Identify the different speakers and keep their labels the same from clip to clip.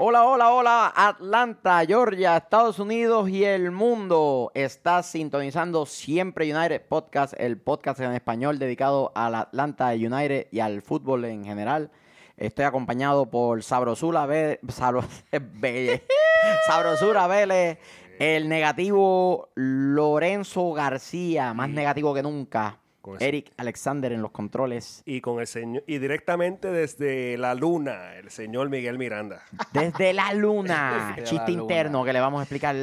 Speaker 1: Hola, hola, hola, Atlanta, Georgia, Estados Unidos y el mundo. Estás sintonizando siempre United Podcast, el podcast en español dedicado al Atlanta United y al fútbol en general. Estoy acompañado por Sabrosura Vélez, Sabrosura Vélez, el negativo Lorenzo García, más negativo que nunca.
Speaker 2: Con eso.
Speaker 1: Eric Alexander en los controles.
Speaker 2: Y con el señor y directamente desde la luna, el señor Miguel Miranda.
Speaker 1: Desde la luna.
Speaker 3: Desde la
Speaker 1: Chiste
Speaker 3: luna. Ah,
Speaker 1: interno que le vamos a explicar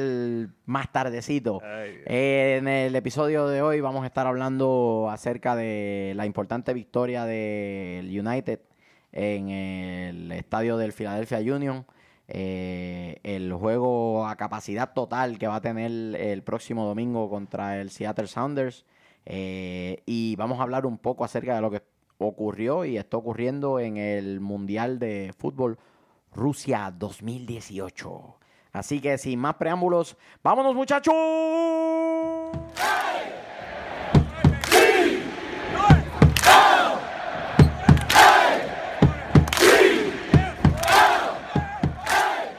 Speaker 1: más
Speaker 3: Oh.
Speaker 1: tardecito.
Speaker 2: Ay, Dios.
Speaker 1: Eh, en el episodio de hoy vamos a estar hablando acerca de la importante victoria del United en el estadio del Philadelphia Union. Eh, el juego a capacidad total que va a tener el próximo domingo contra el Seattle Sounders. Eh, y vamos a hablar un poco acerca de lo que ocurrió y está ocurriendo en el Mundial de Fútbol Rusia 2018. Así que sin más preámbulos, vámonos muchachos.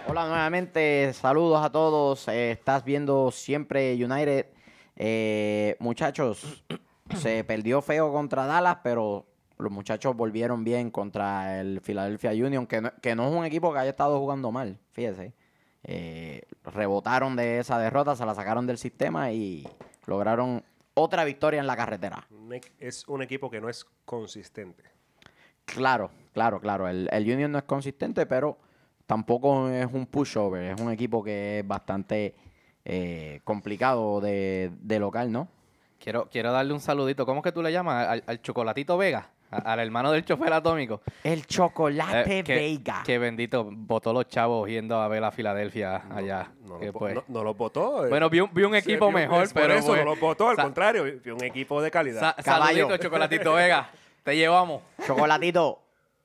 Speaker 1: Hola nuevamente, saludos a todos. eh, estás viendo siempre United. Eh, muchachos, se perdió feo contra Dallas, pero los muchachos volvieron bien contra el Philadelphia Union, que no, que no es un equipo que haya estado jugando mal, fíjese. Eh, rebotaron de esa derrota, se la sacaron del sistema y lograron otra victoria en la carretera.
Speaker 2: Un e- Es un equipo que no es consistente.
Speaker 1: Claro, claro, claro. El, el Union no es consistente, pero tampoco es un pushover. Es un equipo que es bastante eh, complicado de, de local, ¿no?
Speaker 3: Quiero, quiero darle un saludito. ¿Cómo es que tú le llamas? Al, al chocolatito Vega, a- al hermano del chofer atómico.
Speaker 1: El chocolate
Speaker 3: Eh, que,
Speaker 1: Vega.
Speaker 3: Que bendito, botó los chavos yendo a ver a Filadelfia allá.
Speaker 2: No,
Speaker 3: que
Speaker 2: lo, po-
Speaker 3: pues-
Speaker 2: no- no lo votó. eh.
Speaker 3: bueno, vi un, vi un
Speaker 2: Sí,
Speaker 3: equipo
Speaker 2: vi un-
Speaker 3: mejor,
Speaker 2: es por
Speaker 3: pero
Speaker 2: eso
Speaker 3: pues,
Speaker 2: no lo votó, al
Speaker 3: sa-
Speaker 2: contrario, vi un equipo de calidad.
Speaker 3: sa-
Speaker 1: Caballo.
Speaker 3: saludito, chocolatito Vega. Te llevamos.
Speaker 1: Chocolatito,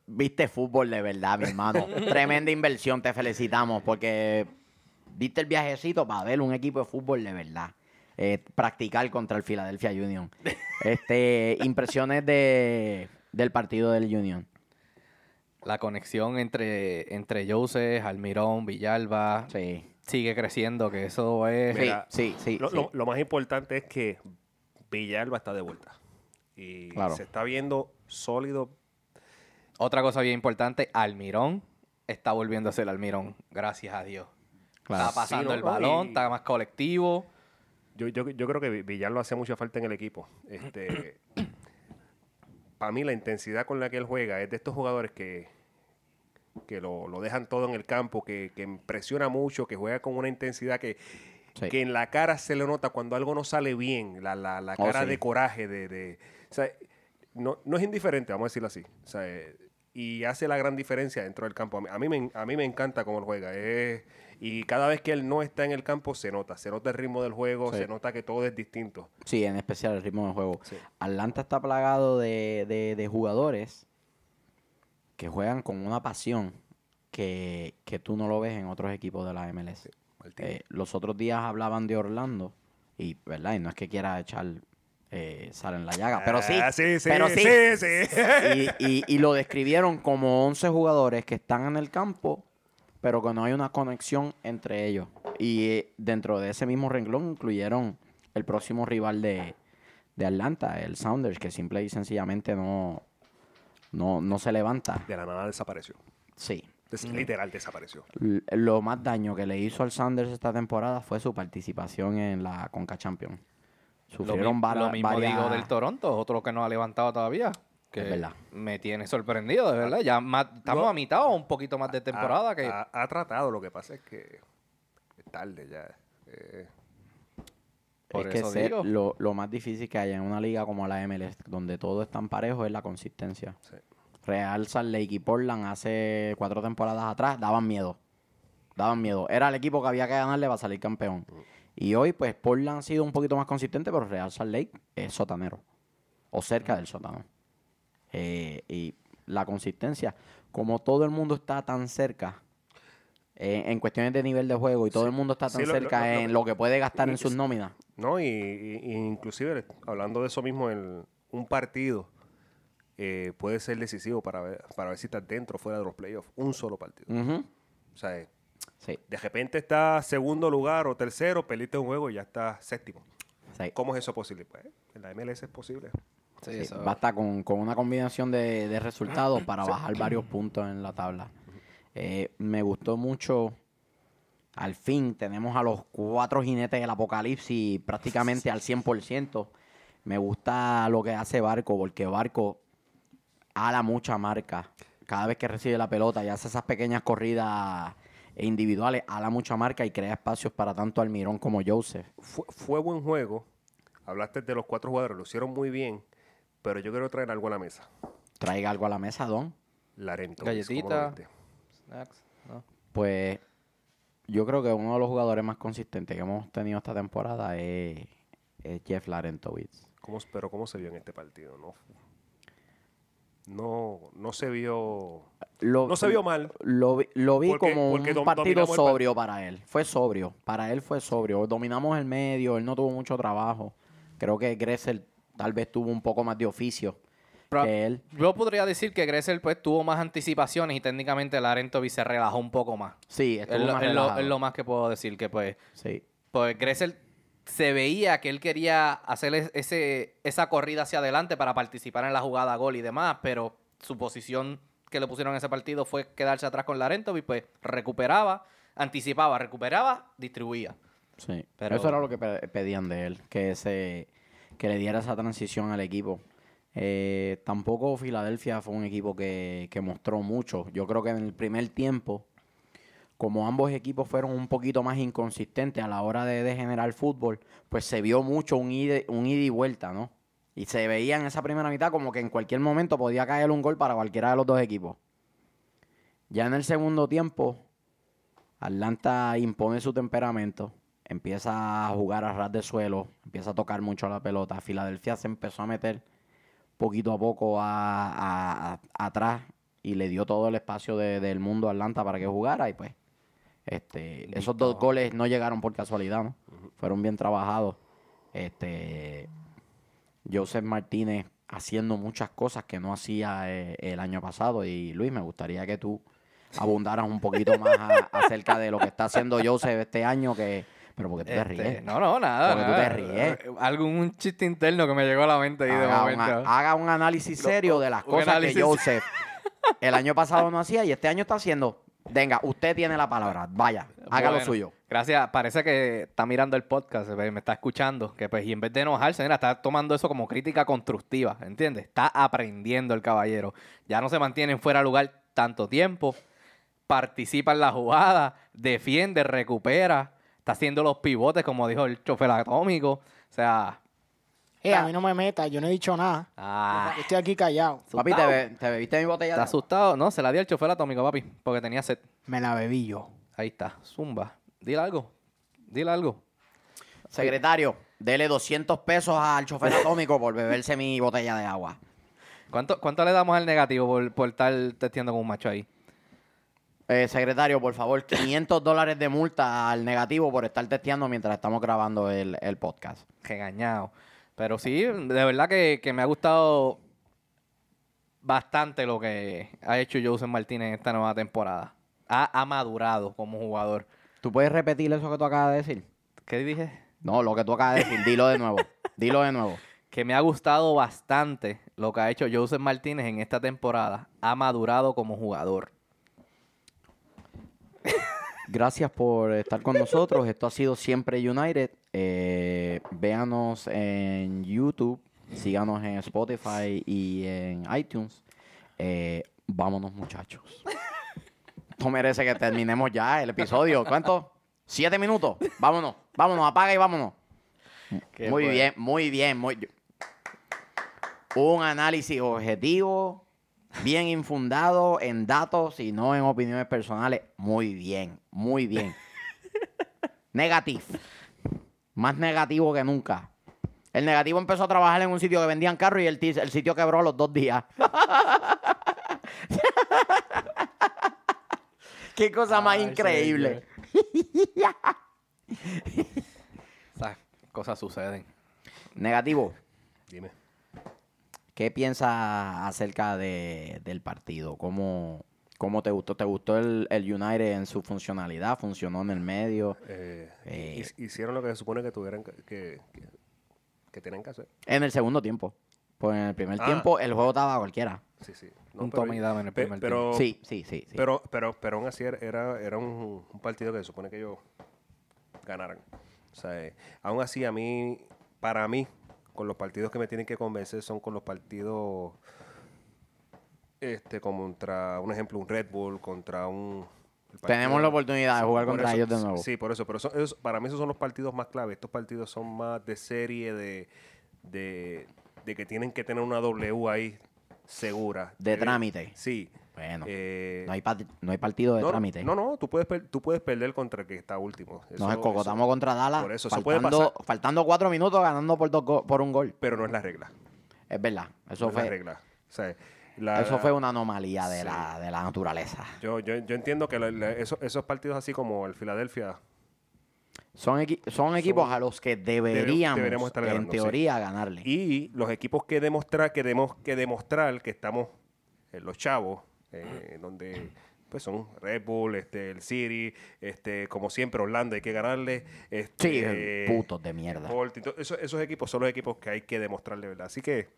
Speaker 1: viste fútbol de verdad, mi hermano. Tremenda inversión, te felicitamos porque diste el viajecito para ver un equipo de fútbol de verdad. Eh, practicar contra el Philadelphia Union. Este, impresiones de, del partido del Union.
Speaker 3: La conexión entre, entre Joseph, Almirón, Villalba
Speaker 1: Sí.
Speaker 3: sigue creciendo, que eso es...
Speaker 1: Sí,
Speaker 2: Mira,
Speaker 1: sí, sí.
Speaker 2: lo,
Speaker 1: sí.
Speaker 2: lo- lo más importante es que Villalba está de vuelta. Y
Speaker 1: Claro.
Speaker 2: se está viendo sólido.
Speaker 3: Otra cosa bien importante, Almirón está volviendo a ser Almirón, gracias a Dios.
Speaker 1: Claro.
Speaker 3: Está pasando
Speaker 2: Sí,
Speaker 3: el
Speaker 2: ¿no?
Speaker 3: balón,
Speaker 2: Y-
Speaker 3: está más colectivo.
Speaker 2: Yo, yo, yo creo que Vi- Villalba hace mucha falta en el equipo. Este, Para mí la intensidad con la que él juega es de estos jugadores que, que lo, lo dejan todo en el campo, que, que impresiona mucho, que juega con una intensidad que,
Speaker 1: Sí.
Speaker 2: que en la cara se le nota cuando algo no sale bien, la, la- la
Speaker 1: Oh,
Speaker 2: cara
Speaker 1: sí.
Speaker 2: de coraje, de... de- o sea, no, no es indiferente, vamos a decirlo así. O sea, eh, y hace la gran diferencia dentro del campo. A mí, a mí me, a mí me encanta cómo él juega. es- y cada vez que él no está en el campo, se nota. Se nota el ritmo del juego,
Speaker 1: Sí.
Speaker 2: se nota que todo es distinto.
Speaker 1: Sí, en especial el ritmo de juego.
Speaker 2: Sí.
Speaker 1: Atlanta está plagado de, de- de jugadores que juegan con una pasión que, que tú no lo ves en otros equipos de la MLS.
Speaker 2: Martín.
Speaker 1: Eh, los otros días hablaban de Orlando y, ¿verdad? Y no es que quiera echar eh, sal en la llaga, pero sí.
Speaker 2: Ah, sí, sí,
Speaker 1: pero sí.
Speaker 2: sí, sí.
Speaker 1: Y, y- y lo describieron como 11 jugadores que están en el campo, pero que no hay una conexión entre ellos. Y eh, dentro de ese mismo renglón incluyeron el próximo rival de, de Atlanta, el Sounders, que simple y sencillamente no, no, no se levanta.
Speaker 2: De la nada desapareció.
Speaker 1: Sí.
Speaker 2: Des- Literal desapareció.
Speaker 1: L- Lo más daño que le hizo al Sounders esta temporada fue su participación en la Conca Champions. Sufrieron
Speaker 3: mi-
Speaker 1: vara-
Speaker 3: lo mismo
Speaker 1: varias-
Speaker 3: digo del Toronto, otro que no ha levantado todavía. Que
Speaker 1: Es verdad.
Speaker 3: me tiene sorprendido, de verdad. Ya más- estamos
Speaker 2: No.
Speaker 3: a mitad o un poquito más de
Speaker 2: Ah,
Speaker 3: temporada.
Speaker 2: Ha,
Speaker 3: que
Speaker 2: ha- ha tratado, lo que pasa es que es tarde ya. Eh,
Speaker 1: Es
Speaker 3: Por
Speaker 1: que
Speaker 3: eso
Speaker 1: ser
Speaker 3: digo.
Speaker 1: lo, lo más difícil que haya en una liga como la MLS, donde todo es tan parejo, es la consistencia.
Speaker 2: Sí.
Speaker 1: Real Salt Lake y Portland hace cuatro temporadas atrás daban miedo. Daban miedo. Era el equipo que había que ganarle para salir campeón. Y hoy, pues, Portland ha sido un poquito más consistente, pero Real Salt Lake es sotanero. O cerca del sótano. Eh, y la consistencia. Como todo el mundo está tan cerca, eh, en cuestiones de nivel de juego, y todo
Speaker 2: Sí.
Speaker 1: el mundo está tan
Speaker 2: Sí, lo- lo-
Speaker 1: cerca
Speaker 2: lo- lo-
Speaker 1: en lo que puede gastar en
Speaker 2: Es-
Speaker 1: sus nóminas.
Speaker 2: No, y, y- y inclusive le- hablando de eso mismo, el- un partido eh, puede ser decisivo para ver, para ver si estás dentro o fuera de los playoffs. Un solo partido.
Speaker 1: Ujú.
Speaker 2: O sea, eh,
Speaker 1: Sí,
Speaker 2: de repente está segundo lugar o tercero, perdiste un juego y ya está séptimo.
Speaker 1: sí.
Speaker 2: ¿Cómo es eso posible? Pues en la MLS es posible.
Speaker 3: Sí,
Speaker 1: Sí,
Speaker 3: eso-
Speaker 1: Basta con, con una combinación de, de resultados para bajar varios puntos en la tabla. Eh, me gustó mucho. Al fin tenemos a los cuatro jinetes del apocalipsis prácticamente al 100%. Me gusta lo que hace Barco, porque Barco ala mucha marca. Cada vez que recibe la pelota y hace esas pequeñas corridas individuales, ala mucha marca y crea espacios para tanto Almirón como Joseph.
Speaker 2: Fue, fue buen juego. Hablaste de los cuatro jugadores, lo hicieron muy bien, pero yo quiero traer algo a la mesa.
Speaker 1: Traiga algo a la mesa, Don.
Speaker 2: Larenton.
Speaker 3: Galletita. Snacks, ¿no?
Speaker 1: Pues yo creo que uno de los jugadores más consistentes que hemos tenido esta temporada es, es Jeff Larentowitz.
Speaker 2: ¿Cómo, pero ¿cómo se vio en este partido? No, no, no se vio.
Speaker 1: Lo-
Speaker 2: No se vio mal.
Speaker 1: Lo, vi- lo vi
Speaker 2: Porque-
Speaker 1: como
Speaker 2: porque
Speaker 1: un
Speaker 2: dom-
Speaker 1: partido
Speaker 2: dominamos el par-
Speaker 1: sobrio para él. Fue sobrio. Para él fue sobrio. Dominamos el medio, él no tuvo mucho trabajo. Creo que Gressel tal vez tuvo un poco más de oficio
Speaker 3: Pero
Speaker 1: que él.
Speaker 3: Yo podría decir que Gressel pues tuvo más anticipaciones y técnicamente Larentovi se relajó un poco más.
Speaker 1: Sí, estuvo
Speaker 3: Es lo,
Speaker 1: más
Speaker 3: es lo-
Speaker 1: relajado.
Speaker 3: es lo más que puedo decir que pues,
Speaker 1: Sí.
Speaker 3: pues Gressel se veía que él quería hacer es- ese, esa corrida hacia adelante para participar en la jugada gol y demás, pero su posición que le pusieron en ese partido fue quedarse atrás con Larentovi, pues recuperaba, anticipaba, recuperaba, distribuía.
Speaker 1: Sí,
Speaker 3: Pero-
Speaker 1: eso era lo que pe- pedían de él, que se que le diera esa transición al equipo. Eh, tampoco Filadelfia fue un equipo que, que mostró mucho. Yo creo que en el primer tiempo, como ambos equipos fueron un poquito más inconsistentes a la hora de, de generar fútbol, pues se vio mucho un ida, un ida y vuelta, ¿no? Y se veía en esa primera mitad como que en cualquier momento podía caer un gol para cualquiera de los dos equipos. Ya en el segundo tiempo, Atlanta impone su temperamento, empieza a jugar a ras de suelo, empieza a tocar mucho la pelota. Filadelfia se empezó a meter poquito a poco a- a- a- atrás y le dio todo el espacio de- del mundo a Atlanta para que jugara y pues este, esos dos goles no llegaron por casualidad, ¿no? Fueron bien trabajados. Este, Joseph Martínez haciendo muchas cosas que no hacía eh, el año pasado. Y Luis, me gustaría que tú abundaras un poquito más a- acerca de lo que está haciendo Joseph este año, que pero porque tú te
Speaker 3: Este,
Speaker 1: ríes.
Speaker 3: No, no, nada.
Speaker 1: Porque tú te
Speaker 3: nada. Eh,
Speaker 1: ríes. Ah,
Speaker 3: Algún un chiste interno que me llegó a la mente ahí de
Speaker 1: Haga un,
Speaker 3: momento.
Speaker 1: a- haga un análisis serio de las
Speaker 3: un
Speaker 1: cosas que
Speaker 3: análisis.
Speaker 1: Joseph el año pasado no hacía y este año está haciendo. Venga, usted tiene la palabra. Vaya, haga lo
Speaker 3: Bueno,
Speaker 1: suyo.
Speaker 3: Gracias. Parece que está mirando el podcast, eh, me está escuchando. Que pues, y en vez de enojarse, mira, está tomando eso como crítica constructiva, ¿entiendes? Está aprendiendo el caballero. Ya no se mantiene en fuera de lugar tanto tiempo. Participa en la jugada, defiende, recupera. Está haciendo los pivotes, como dijo el chofer atómico. O sea,
Speaker 4: Eh, a mí no me metas, yo no he dicho nada.
Speaker 3: ah,
Speaker 4: Yo estoy aquí callado.
Speaker 1: Papi, ¿te,
Speaker 3: asustado.
Speaker 1: be- te bebiste mi botella? de
Speaker 3: está
Speaker 1: agua?
Speaker 3: asustado. No, se la dio el chofer atómico, papi, porque tenía sed.
Speaker 4: Me la bebí yo.
Speaker 3: Ahí está, zumba. Dile algo, dile algo.
Speaker 1: Secretario, dele 200 pesos al chofer atómico por beberse mi botella de agua.
Speaker 3: ¿Cuánto, ¿Cuánto le damos al negativo por, por estar testeando con un macho ahí?
Speaker 1: Eh, secretario, por favor, 500 dólares de multa al negativo por estar testeando mientras estamos grabando el, el podcast.
Speaker 3: Regañado. Pero sí, de verdad que, que me ha gustado bastante lo que ha hecho Joseph Martínez en esta nueva temporada. Ha, ha madurado como jugador.
Speaker 1: ¿Tú puedes repetir eso que tú acabas de decir?
Speaker 3: ¿Qué dije?
Speaker 1: No, lo que tú acabas de decir, dilo de nuevo. Dilo de nuevo.
Speaker 3: Que me ha gustado bastante lo que ha hecho Joseph Martínez en esta temporada. Ha madurado como jugador.
Speaker 1: Gracias por estar con nosotros. Esto ha sido Siempre United. Eh, véanos en YouTube, síganos en Spotify y en iTunes. Eh, vámonos, muchachos. Esto merece que terminemos ya el episodio. ¿Cuánto? Siete minutos. Vámonos, vámonos, apaga y vámonos.
Speaker 3: Qué
Speaker 1: muy
Speaker 3: bueno.
Speaker 1: bien, muy bien, muy Un análisis objetivo, bien infundado en datos y no en opiniones personales. Muy bien, muy bien. Negativo. Más negativo que nunca. El negativo empezó a trabajar en un sitio que vendían carros y el, ti- el sitio quebró a los dos días. Qué cosa más
Speaker 3: Ay,
Speaker 1: increíble.
Speaker 3: Esas cosas suceden.
Speaker 1: Negativo.
Speaker 2: Dime.
Speaker 1: ¿Qué piensas acerca de, del partido? ¿Cómo, ¿Cómo te gustó? ¿Te gustó el, el United en su funcionalidad? ¿Funcionó en el medio?
Speaker 2: Eh,
Speaker 1: Eh.
Speaker 2: hic- Hicieron lo que se supone que tuvieran que, que, que- que tenían que hacer.
Speaker 1: En el segundo tiempo. Pues en el primer
Speaker 2: Ah.
Speaker 1: tiempo el juego estaba a cualquiera.
Speaker 2: Sí, sí.
Speaker 3: Un
Speaker 2: pero-
Speaker 3: toma y dame en el
Speaker 2: pe-
Speaker 3: primer
Speaker 2: pero,
Speaker 1: Sí, sí, sí. sí.
Speaker 2: Oh. Pero, pero, pero aún así era- era, era un, un partido que se supone que ellos ganaran. O sea, eh, aún así a mí, para mí, con los partidos que me tienen que convencer son con los partidos este contra, un ejemplo, un Red Bull, contra un... el partido-
Speaker 1: Tenemos la oportunidad de jugar
Speaker 2: Por
Speaker 1: contra
Speaker 2: eso-
Speaker 1: ellos de nuevo.
Speaker 2: Sí, por eso. Pero eso- esos- para mí esos son los partidos más clave. Estos partidos son más de serie, de, de, de que tienen que tener una W ahí segura.
Speaker 1: De
Speaker 2: Eh,
Speaker 1: trámite.
Speaker 2: Sí.
Speaker 1: Bueno,
Speaker 2: Eh,
Speaker 1: no, hay pa- no hay partido de
Speaker 2: no,
Speaker 1: trámite.
Speaker 2: No, no, tú puedes, per- tú puedes perder contra el que está último. Eso-
Speaker 1: Nos escocotamos
Speaker 2: eso-
Speaker 1: contra Dallas.
Speaker 2: por eso, eso puede
Speaker 1: faltando, faltando cuatro minutos ganando por, dos go- por un gol.
Speaker 2: Pero no es la regla.
Speaker 1: Es verdad. Eso
Speaker 2: no es la
Speaker 1: fue,
Speaker 2: regla. O sea, la-
Speaker 1: eso fue una anomalía de,
Speaker 2: Sí.
Speaker 1: la, de la naturaleza.
Speaker 2: Yo, yo, yo entiendo que la- la- esos, esos partidos así como el Filadelfia,
Speaker 1: Son, equi- son equipos a los que deberíamos,
Speaker 2: deberíamos estar
Speaker 1: en
Speaker 2: ganando, sí.
Speaker 1: teoría, ganarle.
Speaker 2: y los equipos que demostrar que, demos, que demostrar que estamos eh, los chavos, eh, donde pues son Red Bull, este, el City, este, como siempre Orlando, hay que ganarle.
Speaker 1: sí,
Speaker 2: Este,
Speaker 1: putos de mierda.
Speaker 2: Sport, y todo- esos, esos equipos son los equipos que hay que demostrarle, ¿verdad? Así que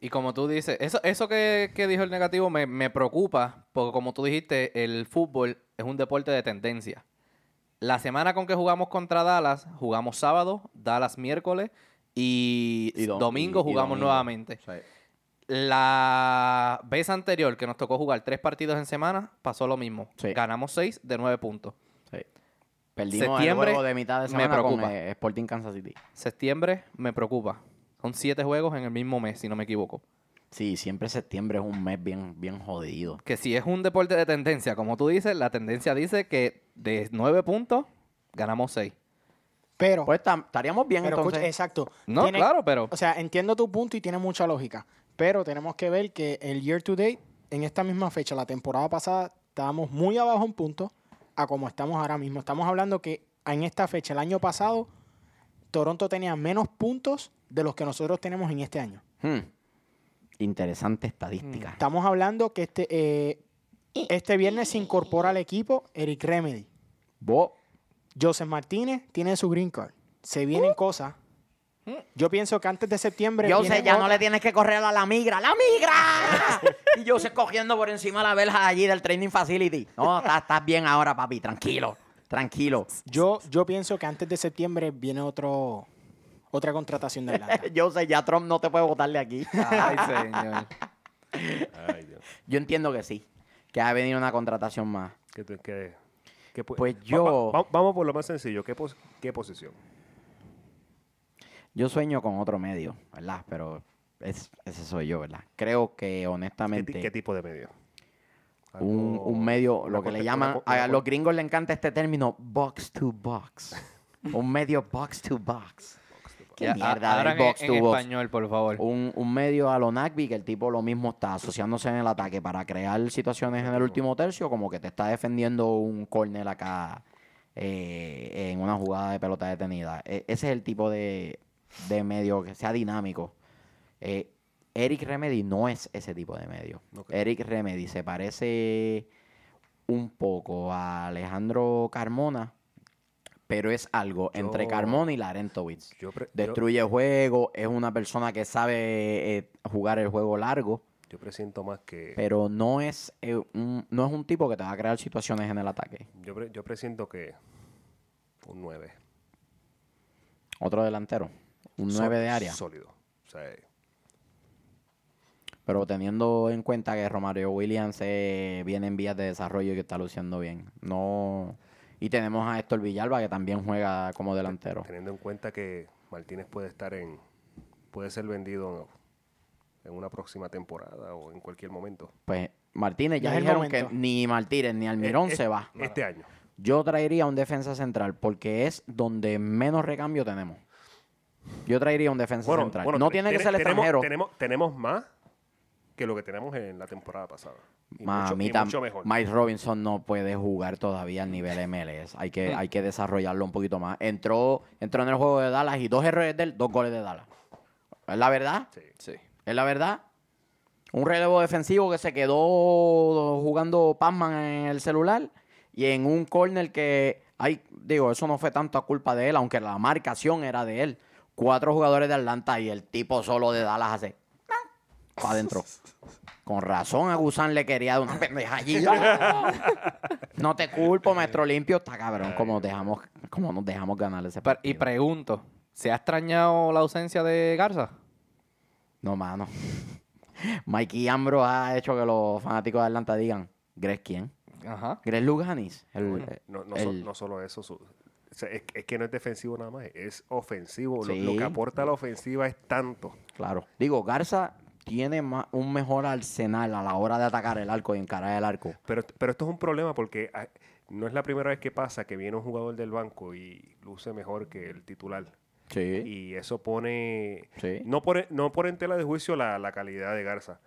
Speaker 3: Y como tú dices, eso, eso que, que dijo el negativo me, me preocupa, porque como tú dijiste, el fútbol es un deporte de tendencia. La semana con que jugamos contra Dallas, jugamos sábado, Dallas miércoles y,
Speaker 1: Y dom-
Speaker 3: domingo
Speaker 1: y- y
Speaker 3: jugamos
Speaker 1: domingo.
Speaker 3: nuevamente. La vez anterior que nos tocó jugar tres partidos en semana, pasó lo mismo.
Speaker 1: Sí.
Speaker 3: Ganamos seis de nueve puntos.
Speaker 1: Sí. Perdimos
Speaker 3: Septiembre
Speaker 1: el juego de mitad de
Speaker 3: me
Speaker 1: semana con
Speaker 3: preocupa.
Speaker 1: eh, Sporting Kansas City.
Speaker 3: Septiembre me preocupa. Son siete juegos en el mismo mes, si no me equivoco.
Speaker 1: Sí, siempre septiembre es un mes bien, bien jodido.
Speaker 3: que si es un deporte de tendencia, como tú dices, la tendencia dice que de nueve puntos ganamos seis.
Speaker 4: Pero,
Speaker 1: Pues tam- estaríamos bien
Speaker 4: Oh. pero escucha,
Speaker 1: entonces.
Speaker 4: exacto.
Speaker 3: No,
Speaker 4: Tiene-
Speaker 3: claro, pero
Speaker 4: O sea, entiendo tu punto y tiene mucha lógica. Pero tenemos que ver que el year to date, en esta misma fecha, la temporada pasada, estábamos muy abajo en puntos a como estamos ahora mismo. Estamos hablando que en esta fecha, el año pasado, Toronto tenía menos puntos de los que nosotros tenemos en este año.
Speaker 1: Hmm. Interesante estadística.
Speaker 4: Estamos hablando que este, eh, este viernes se incorpora al equipo Eric Remedy.
Speaker 1: Bo-
Speaker 4: Joseph Martínez tiene su green card. Se vienen cosas. Yo pienso que antes de septiembre.
Speaker 1: Yo
Speaker 4: viene
Speaker 1: sé, ya no
Speaker 4: otra.
Speaker 1: le tienes que correr a la migra. ¡La migra! y yo sé cogiendo por encima la verja allí del training facility. No, estás, estás bien ahora, papi. Tranquilo. Tranquilo.
Speaker 4: Yo, yo pienso que antes de septiembre viene otro, otra contratación de Atlanta.
Speaker 1: Yo sé, ya Trump no te puede votar de aquí.
Speaker 3: ay, señor.
Speaker 2: Ay, Dios.
Speaker 1: Yo entiendo que sí. Que ha venido una contratación más.
Speaker 2: ¿Qué tú- qué- qué po-
Speaker 1: Pues
Speaker 2: va-
Speaker 1: yo-
Speaker 2: va- va- vamos por lo más sencillo. ¿Qué, pos- qué posición?
Speaker 1: Yo sueño con otro medio, ¿verdad? Pero es, ese soy yo, ¿verdad? Creo que
Speaker 2: ¿Qué, ti-
Speaker 1: honestamente.
Speaker 2: qué tipo de medio?
Speaker 1: un,
Speaker 2: Algo-
Speaker 1: un medio,
Speaker 2: una
Speaker 1: lo que le
Speaker 2: conte-
Speaker 1: llaman,
Speaker 2: una co- una
Speaker 1: a
Speaker 2: co-
Speaker 1: los gringos le encanta este término, box to box. un medio box to box. Qué
Speaker 3: Ya, a-
Speaker 1: mierda
Speaker 3: ahora
Speaker 1: del
Speaker 3: en,
Speaker 1: box
Speaker 3: en
Speaker 1: to box. Uh,
Speaker 3: español, por favor.
Speaker 1: Un, un medio a lo Nagby, que el tipo lo mismo está asociándose en el ataque para crear situaciones en el último tercio, como que te está defendiendo un corner acá eh, en una jugada de pelota detenida. E- ese es el tipo de, de medio que sea dinámico. Eh, Eric Remedy no es ese tipo de medio.
Speaker 2: Ok.
Speaker 1: Eric Remedy se parece un poco a Alejandro Carmona, pero es algo entre
Speaker 2: Yo-
Speaker 1: Carmona y Larentovich.
Speaker 2: Yo pre- yo-
Speaker 1: Destruye el juego, es una persona que sabe eh, jugar el juego largo,
Speaker 2: Yo presiento más que.
Speaker 1: pero no es, eh, un, no es un tipo que te va a crear situaciones en el ataque.
Speaker 2: Yo, pre- yo presiento que. Un 9.
Speaker 1: Otro delantero, un 9 de área,
Speaker 2: Sólido. O sea, eh,
Speaker 1: pero teniendo en cuenta que Romario Williams eh, viene en vías de desarrollo y que está luciendo bien. No... Y tenemos a Héctor Villalba que también juega como delantero.
Speaker 2: teniendo en cuenta que Martínez puede estar en. Puede ser vendido en una próxima temporada o en cualquier momento.
Speaker 1: Pues Martínez, ya
Speaker 4: Es el
Speaker 1: dijeron que
Speaker 4: momento.
Speaker 1: ni Martínez ni Almirón
Speaker 2: Eh, eh,
Speaker 1: se va.
Speaker 2: Este año.
Speaker 1: Yo traería un defensa central porque es donde menos recambio tenemos. Yo traería un defensa
Speaker 2: Bueno,
Speaker 1: central.
Speaker 2: bueno,
Speaker 1: no
Speaker 2: ten-
Speaker 1: tiene que
Speaker 2: ten-
Speaker 1: ser el
Speaker 2: tenemos-
Speaker 1: extranjero.
Speaker 2: Tenemos, tenemos más que lo que tenemos en la temporada pasada. Y mucho- y
Speaker 1: Mamita,
Speaker 2: mucho mejor.
Speaker 1: Mike Robinson no puede jugar todavía al nivel MLS. Hay que, hay que desarrollarlo un poquito más. Entró, entró en el juego de Dallas y dos errores de él, dos goles de Dallas. ¿Es la verdad?
Speaker 2: Sí.
Speaker 3: Sí.
Speaker 1: ¿Es la verdad? Un relevo defensivo que se quedó jugando Pazman en el celular y en un corner que, ay, digo, eso no fue tanto a culpa de él, aunque la marcación era de él. Cuatro jugadores de Atlanta y el tipo solo de Dallas hace para adentro. Con razón a Gusán le quería dar una pendeja allí. No te culpo, maestro limpio. Está cabrón como dejamos, como nos dejamos ganar ese
Speaker 3: Pero-
Speaker 1: partido.
Speaker 3: y pregunto, ¿se ha extrañado la ausencia de Garza?
Speaker 1: No, mano. Mikey Ambro ha hecho que los fanáticos de Atlanta digan, ¿Greg quién?
Speaker 3: Ajá.
Speaker 1: ¿Greg Luganis? El- eh,
Speaker 2: No, no so-
Speaker 1: el-
Speaker 2: no solo eso. su- o sea, es, es que no es defensivo nada más, es ofensivo. Lo- Lo,
Speaker 1: Sí.
Speaker 2: que aporta la ofensiva es tanto.
Speaker 1: Claro. Digo, Garza tiene ma- un mejor arsenal a la hora de atacar el arco y encarar el arco.
Speaker 2: Pero, pero esto es un problema porque ah, no es la primera vez que pasa que viene un jugador del banco y luce mejor que el titular.
Speaker 1: Sí.
Speaker 2: Y eso pone.
Speaker 1: Sí.
Speaker 2: No pone, no pone en tela de juicio la, la calidad de Garza,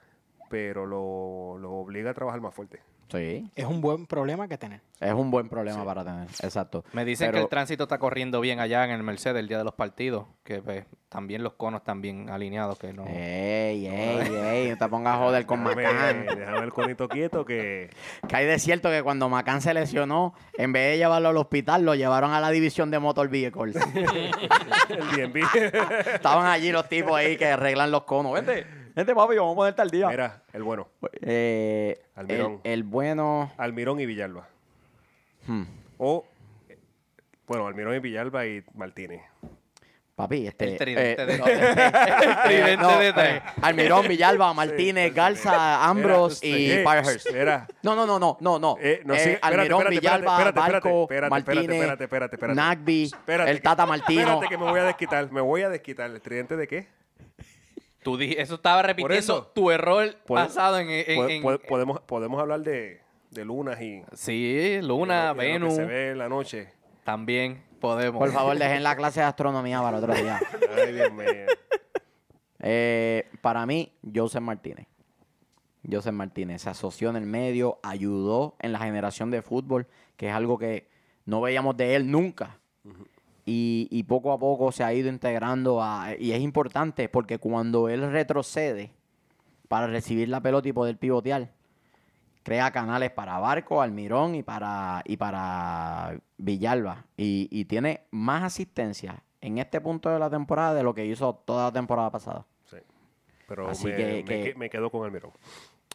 Speaker 2: pero lo, lo obliga a trabajar más fuerte.
Speaker 1: Sí.
Speaker 4: Es un buen problema que tener.
Speaker 1: Es un buen problema para tener. Exacto.
Speaker 3: Me dicen que
Speaker 1: Pero-
Speaker 3: el tránsito está corriendo bien allá en el Mercedes el día de los partidos, que pues, también los conos están bien alineados, que no...
Speaker 1: Eh, Ey, ey, ey, no te pongas a joder con Macán.
Speaker 2: Déjame, déjame el conito quieto que.
Speaker 1: Que hay de cierto que cuando Macán se lesionó, en vez de llevarlo al hospital, lo llevaron a la división de motor vehicles.
Speaker 2: El DNB.
Speaker 1: Estaban allí los tipos ahí que arreglan los conos. Vente, vente, papi, vamos a ponerte al día.
Speaker 2: Mira, el bueno.
Speaker 1: Eh, el,
Speaker 2: Almirón.
Speaker 1: el bueno.
Speaker 2: Almirón y Villalba.
Speaker 1: hmm,
Speaker 2: O, eh, bueno, Almirón y Villalba y Martínez.
Speaker 1: Papi, este.
Speaker 3: El tridente
Speaker 1: eh,
Speaker 3: de-
Speaker 1: no, eh,
Speaker 3: tridente
Speaker 1: no,
Speaker 3: de
Speaker 1: eh,
Speaker 3: tres.
Speaker 1: Almirón, Villalba, Martínez, Garza, Ambrose y
Speaker 2: Eh,
Speaker 1: Parhurst.
Speaker 2: Era.
Speaker 1: No, no, no, no, no, no.
Speaker 2: Eh, no,
Speaker 1: Eh,
Speaker 2: sigue- espérate,
Speaker 1: Almirón,
Speaker 2: espérate,
Speaker 1: Villalba,
Speaker 2: espérate, espérate,
Speaker 1: Barco,
Speaker 2: espérate, espérate,
Speaker 1: Martínez,
Speaker 2: espérate, espérate, espérate.
Speaker 1: Nagby,
Speaker 2: Espérate
Speaker 1: el
Speaker 2: que-
Speaker 1: Tata Martino.
Speaker 2: Espérate que me voy a desquitar. Me voy a desquitar. ¿El tridente de qué?
Speaker 3: Tú di- eso estaba repitiendo
Speaker 2: eso.
Speaker 3: tu error
Speaker 1: e
Speaker 2: Puede-
Speaker 3: pasado Pues, en... en-
Speaker 2: puede-
Speaker 3: en-
Speaker 2: puede- podemos, podemos hablar de, de lunas y.
Speaker 3: Sí,
Speaker 2: de lo- de lo
Speaker 3: Luna,
Speaker 2: que
Speaker 3: Venus,
Speaker 2: se ve en la noche.
Speaker 3: también podemos.
Speaker 1: Por favor, dejen la clase de astronomía para otro día.
Speaker 2: Ay, Dios mío.
Speaker 1: Eh, para mí, Joseph Martínez. Joseph Martínez se asoció en el medio, ayudó en la generación de fútbol, que es algo que no veíamos de él nunca. Y, y poco a poco se ha ido integrando a- y es importante porque cuando él retrocede para recibir la pelota y poder pivotear, crea canales para Barco, Almirón y para, y para Villalba. Y, y tiene más asistencia en este punto de la temporada de lo que hizo toda la temporada pasada.
Speaker 2: Sí. Pero
Speaker 1: Así
Speaker 2: me,
Speaker 1: que-
Speaker 2: me
Speaker 1: que-
Speaker 2: que- me quedo con Almirón.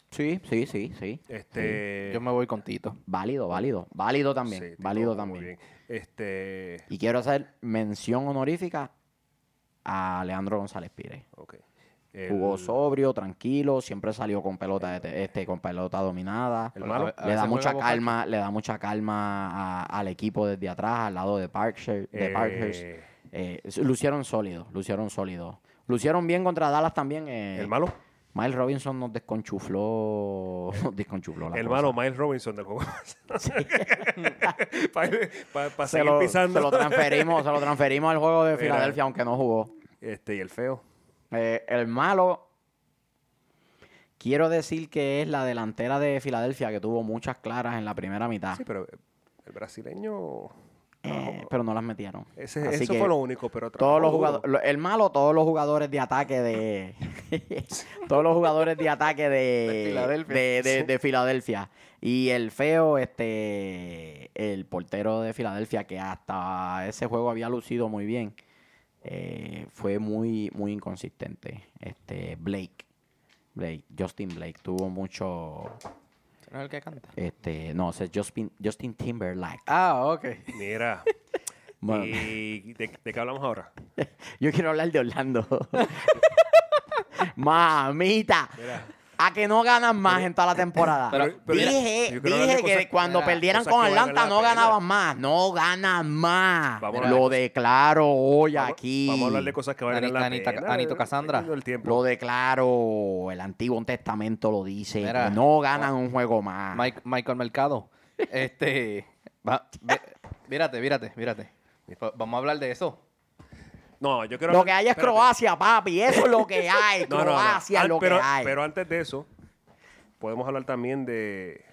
Speaker 1: Sí, sí, sí, sí.
Speaker 2: Este,
Speaker 3: Yo me voy con Tito.
Speaker 1: Válido, válido. Válido también.
Speaker 2: sí, tipo,
Speaker 1: válido
Speaker 2: muy
Speaker 1: también.
Speaker 2: bien. Este.
Speaker 1: Y quiero hacer mención honorífica a Leandro González Pires.
Speaker 2: Ok. El-
Speaker 1: Jugó sobrio, tranquilo, siempre salió con pelota de te- este, con pelota dominada.
Speaker 2: El malo.
Speaker 3: A
Speaker 1: le da
Speaker 3: veces
Speaker 1: mucha
Speaker 3: juega Boca.
Speaker 1: calma, le da mucha calma a- al equipo desde atrás, al lado de Parkhurst. De
Speaker 2: Eh,
Speaker 1: Parkhurst. Eh, lucieron sólidos, lucieron sólidos. Lucieron bien contra Dallas también. eh,
Speaker 2: el malo.
Speaker 1: Miles Robinson nos desconchufló. nos desconchufló la
Speaker 2: El
Speaker 1: cosa.
Speaker 2: malo Miles Robinson del juego.
Speaker 1: se
Speaker 2: para seguir
Speaker 1: lo,
Speaker 2: pisando.
Speaker 1: se lo transferimos, se lo transferimos al juego de
Speaker 2: Mira.
Speaker 1: Filadelfia, aunque no jugó.
Speaker 2: Este, y el feo.
Speaker 1: Eh, el malo, quiero decir que es la delantera de Filadelfia que tuvo muchas claras en la primera mitad,
Speaker 2: Sí, pero eh, el brasileño.
Speaker 1: eh, pero no las metieron.
Speaker 2: Ese,
Speaker 1: Así
Speaker 2: eso
Speaker 1: que
Speaker 2: fue lo único, pero
Speaker 1: todos
Speaker 2: trabajó
Speaker 1: los
Speaker 2: duro.
Speaker 1: jugadores, el malo, todos los jugadores de ataque de, todos los jugadores de ataque de,
Speaker 3: De Filadelfia.
Speaker 1: de- de- de Filadelfia. Y el feo, este, el portero de Filadelfia que hasta ese juego había lucido muy bien, eh, fue muy, muy inconsistente. Este, Blake, Blake, Justin Blake tuvo mucho,
Speaker 3: ¿No es el que canta?
Speaker 1: este, no, ese es Justin, Justin Timberlake.
Speaker 3: Ah, ok.
Speaker 2: Mira.
Speaker 1: Bueno,
Speaker 2: ¿Y de, de qué hablamos ahora?
Speaker 1: Yo quiero hablar de Orlando. Mamita.
Speaker 2: Mira.
Speaker 1: A que no ganan más en toda la temporada.
Speaker 2: Pero- pero mira,
Speaker 1: dije
Speaker 2: yo quiero hablar
Speaker 1: dije
Speaker 2: de
Speaker 1: que
Speaker 2: cosas-
Speaker 1: cuando
Speaker 3: mira,
Speaker 1: perdieran
Speaker 2: cosas
Speaker 1: con
Speaker 2: que valgan
Speaker 1: Atlanta
Speaker 2: la
Speaker 1: no
Speaker 2: pena.
Speaker 1: ganaban más. No ganan más.
Speaker 2: Vamos a hablar de
Speaker 1: Lo
Speaker 2: cosas-
Speaker 1: declaro hoy
Speaker 2: Vamos-
Speaker 1: aquí.
Speaker 2: Vamos a hablar de cosas que van a
Speaker 3: Ani-
Speaker 2: ganar la
Speaker 3: Anita-
Speaker 2: pena.
Speaker 3: Anito Cassandra.
Speaker 2: Perdiendo el tiempo.
Speaker 1: Lo declaro. El Antiguo Testamento lo dice.
Speaker 3: Mira,
Speaker 1: que no ganan un juego más.
Speaker 3: Mike- Michael Mercado. Este. Va, ve- mírate, mírate, mírate. Va- Vamos a hablar de eso.
Speaker 2: No, yo creo
Speaker 1: lo que hay es Croacia, papi. Eso es lo que hay.
Speaker 2: No, no, no.
Speaker 1: Croacia
Speaker 2: An-
Speaker 1: es lo
Speaker 2: pero,
Speaker 1: que hay.
Speaker 2: Pero antes de eso, podemos hablar también de,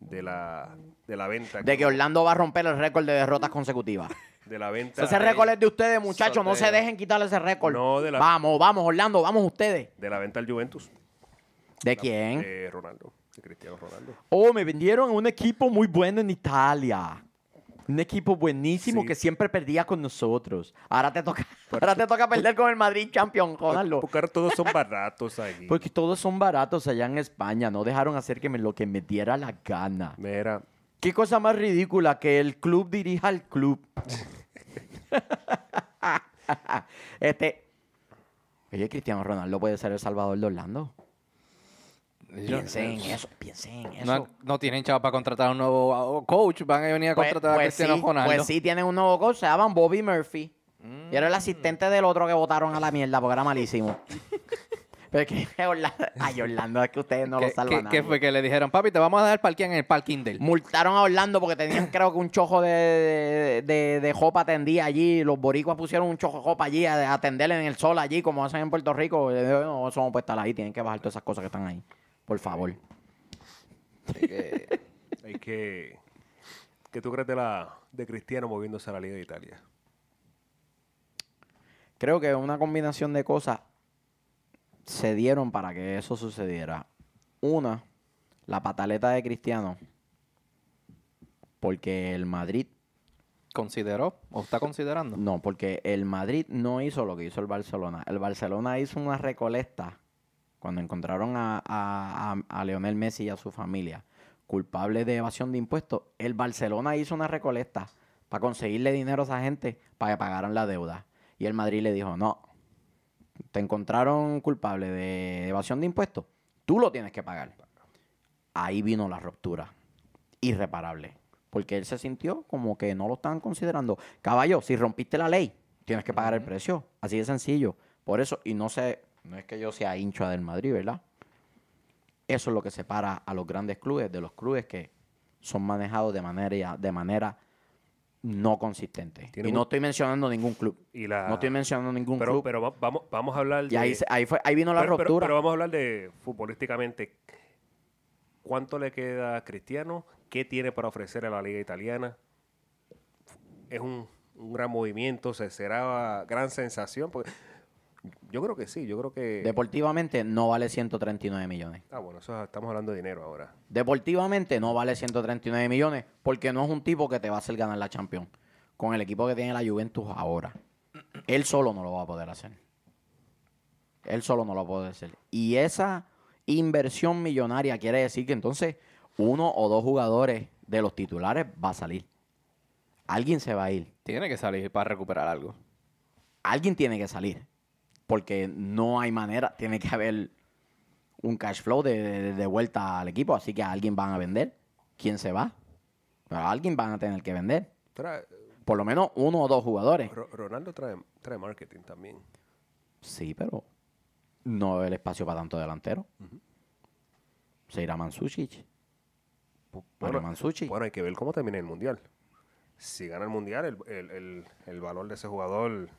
Speaker 2: de, la, de la venta.
Speaker 1: de que Orlando va a romper el récord de derrotas consecutivas.
Speaker 2: De la venta.
Speaker 1: Ese récord es de ustedes, muchachos. No se
Speaker 3: Sorteo.
Speaker 1: dejen quitar ese récord.
Speaker 2: No, de la-
Speaker 1: Vamos, vamos, Orlando, vamos ustedes.
Speaker 2: De la eh. venta al Juventus.
Speaker 1: ¿De quién?
Speaker 2: De Ronaldo, de Cristiano Ronaldo.
Speaker 1: Oh, me vendieron a un equipo muy bueno en Italia. Un equipo buenísimo
Speaker 2: Sí.
Speaker 1: que siempre perdía con nosotros. Ahora te toca, ahora te toca perder con el Madrid Champion, Ronaldo.
Speaker 2: Porque ahora todos son baratos ahí.
Speaker 1: Porque todos son baratos allá en España. No dejaron hacer que me, lo que me diera la gana.
Speaker 2: Mira,
Speaker 1: Qué cosa más ridícula que el club dirija al club. este. Oye, Cristiano Ronaldo puede ser el Salvador de Orlando. Piensen en eso, piensen en eso.
Speaker 3: No, no tienen chava para contratar a un nuevo ah, coach. Van a venir a contratar a Cristiano
Speaker 1: sí,
Speaker 3: Ronaldo.
Speaker 1: pues sí, tienen un nuevo coach, se llaman Bobby Murphy. Y
Speaker 3: Mm.
Speaker 1: era el asistente del otro que votaron a la mierda porque era malísimo. Pero es que Orlando, ay, Orlando, es que ustedes no
Speaker 3: ¿Qué-
Speaker 1: lo salvan.
Speaker 3: qué-
Speaker 1: a
Speaker 3: qué
Speaker 1: nadie.
Speaker 3: fue que le dijeron? Papi, te vamos a dar parking en el parking del.
Speaker 1: Multaron a Orlando porque tenían, creo que un chojo de, de, de jopa atendía allí. Los boricuas pusieron un chojo de jopa allí a atenderle en el sol allí, como hacen en Puerto Rico. Y yo digo, No, eso no puede estar ahí. Tienen que bajar todas esas cosas que están ahí. Por favor.
Speaker 2: hay que... ¿Qué tú crees de, la, de Cristiano moviéndose a la Liga de Italia?
Speaker 1: Creo que una combinación de cosas se dieron para que eso sucediera. Una, la pataleta de Cristiano. Porque el Madrid
Speaker 3: ¿Consideró o está considerando?
Speaker 1: No, porque el Madrid no hizo lo que hizo el Barcelona. El Barcelona hizo una recolecta cuando encontraron a, a- a- a Lionel Messi y a su familia culpable de evasión de impuestos. El Barcelona hizo una recolecta para conseguirle dinero a esa gente para que pagaran la deuda. Y el Madrid le dijo, no, te encontraron culpable de evasión de impuestos, tú lo tienes que pagar. Ahí vino la ruptura irreparable. Porque él se sintió como que no lo estaban considerando. Caballo, si rompiste la ley, tienes que pagar el precio. Así de sencillo. Por eso, y no sé, no es que yo sea hincha del Madrid, ¿verdad? Eso es lo que separa a los grandes clubes de los clubes que son manejados de manera, de manera no consistente.
Speaker 2: Tiene
Speaker 1: Y
Speaker 2: un-
Speaker 1: no estoy mencionando ningún club.
Speaker 2: Y la-
Speaker 1: No estoy mencionando ningún
Speaker 2: Pero,
Speaker 1: club.
Speaker 2: pero va- vamos, vamos a hablar
Speaker 1: y ahí,
Speaker 2: de...
Speaker 1: se- ahí, fue, ahí vino la
Speaker 2: pero, pero-
Speaker 1: ruptura.
Speaker 2: pero vamos a hablar de futbolísticamente. ¿Cuánto le queda a Cristiano? ¿Qué tiene para ofrecer a la liga italiana? Es un, un gran movimiento, se será gran sensación. porque- yo creo que sí, yo creo que...
Speaker 1: Deportivamente no vale 139 millones.
Speaker 2: ah, bueno, eso, estamos hablando de dinero ahora.
Speaker 1: Deportivamente no vale 139 millones porque no es un tipo que te va a hacer ganar la Champions con el equipo que tiene la Juventus ahora. Él solo no lo va a poder hacer. Él solo no lo va a poder hacer. Y esa inversión millonaria quiere decir que entonces uno o dos jugadores de los titulares va a salir. Alguien se va a ir.
Speaker 3: Tiene que salir para recuperar algo.
Speaker 1: Alguien tiene que salir. Porque no hay manera. Tiene que haber un cash flow de, de- de vuelta al equipo. Así que a alguien van a vender. ¿Quién se va? Pero a alguien van a tener que vender.
Speaker 2: Trae-
Speaker 1: Por lo menos uno o dos jugadores.
Speaker 2: Ro- Ronaldo trae, trae marketing también.
Speaker 1: Sí, pero no veo el espacio para tanto delantero. Se irá Mansucic.
Speaker 2: Pu-
Speaker 1: Mario
Speaker 2: Bueno,
Speaker 1: Mandzukic.
Speaker 2: bueno, hay que ver cómo termina el Mundial. Si gana el Mundial, el- el- el- el valor de ese jugador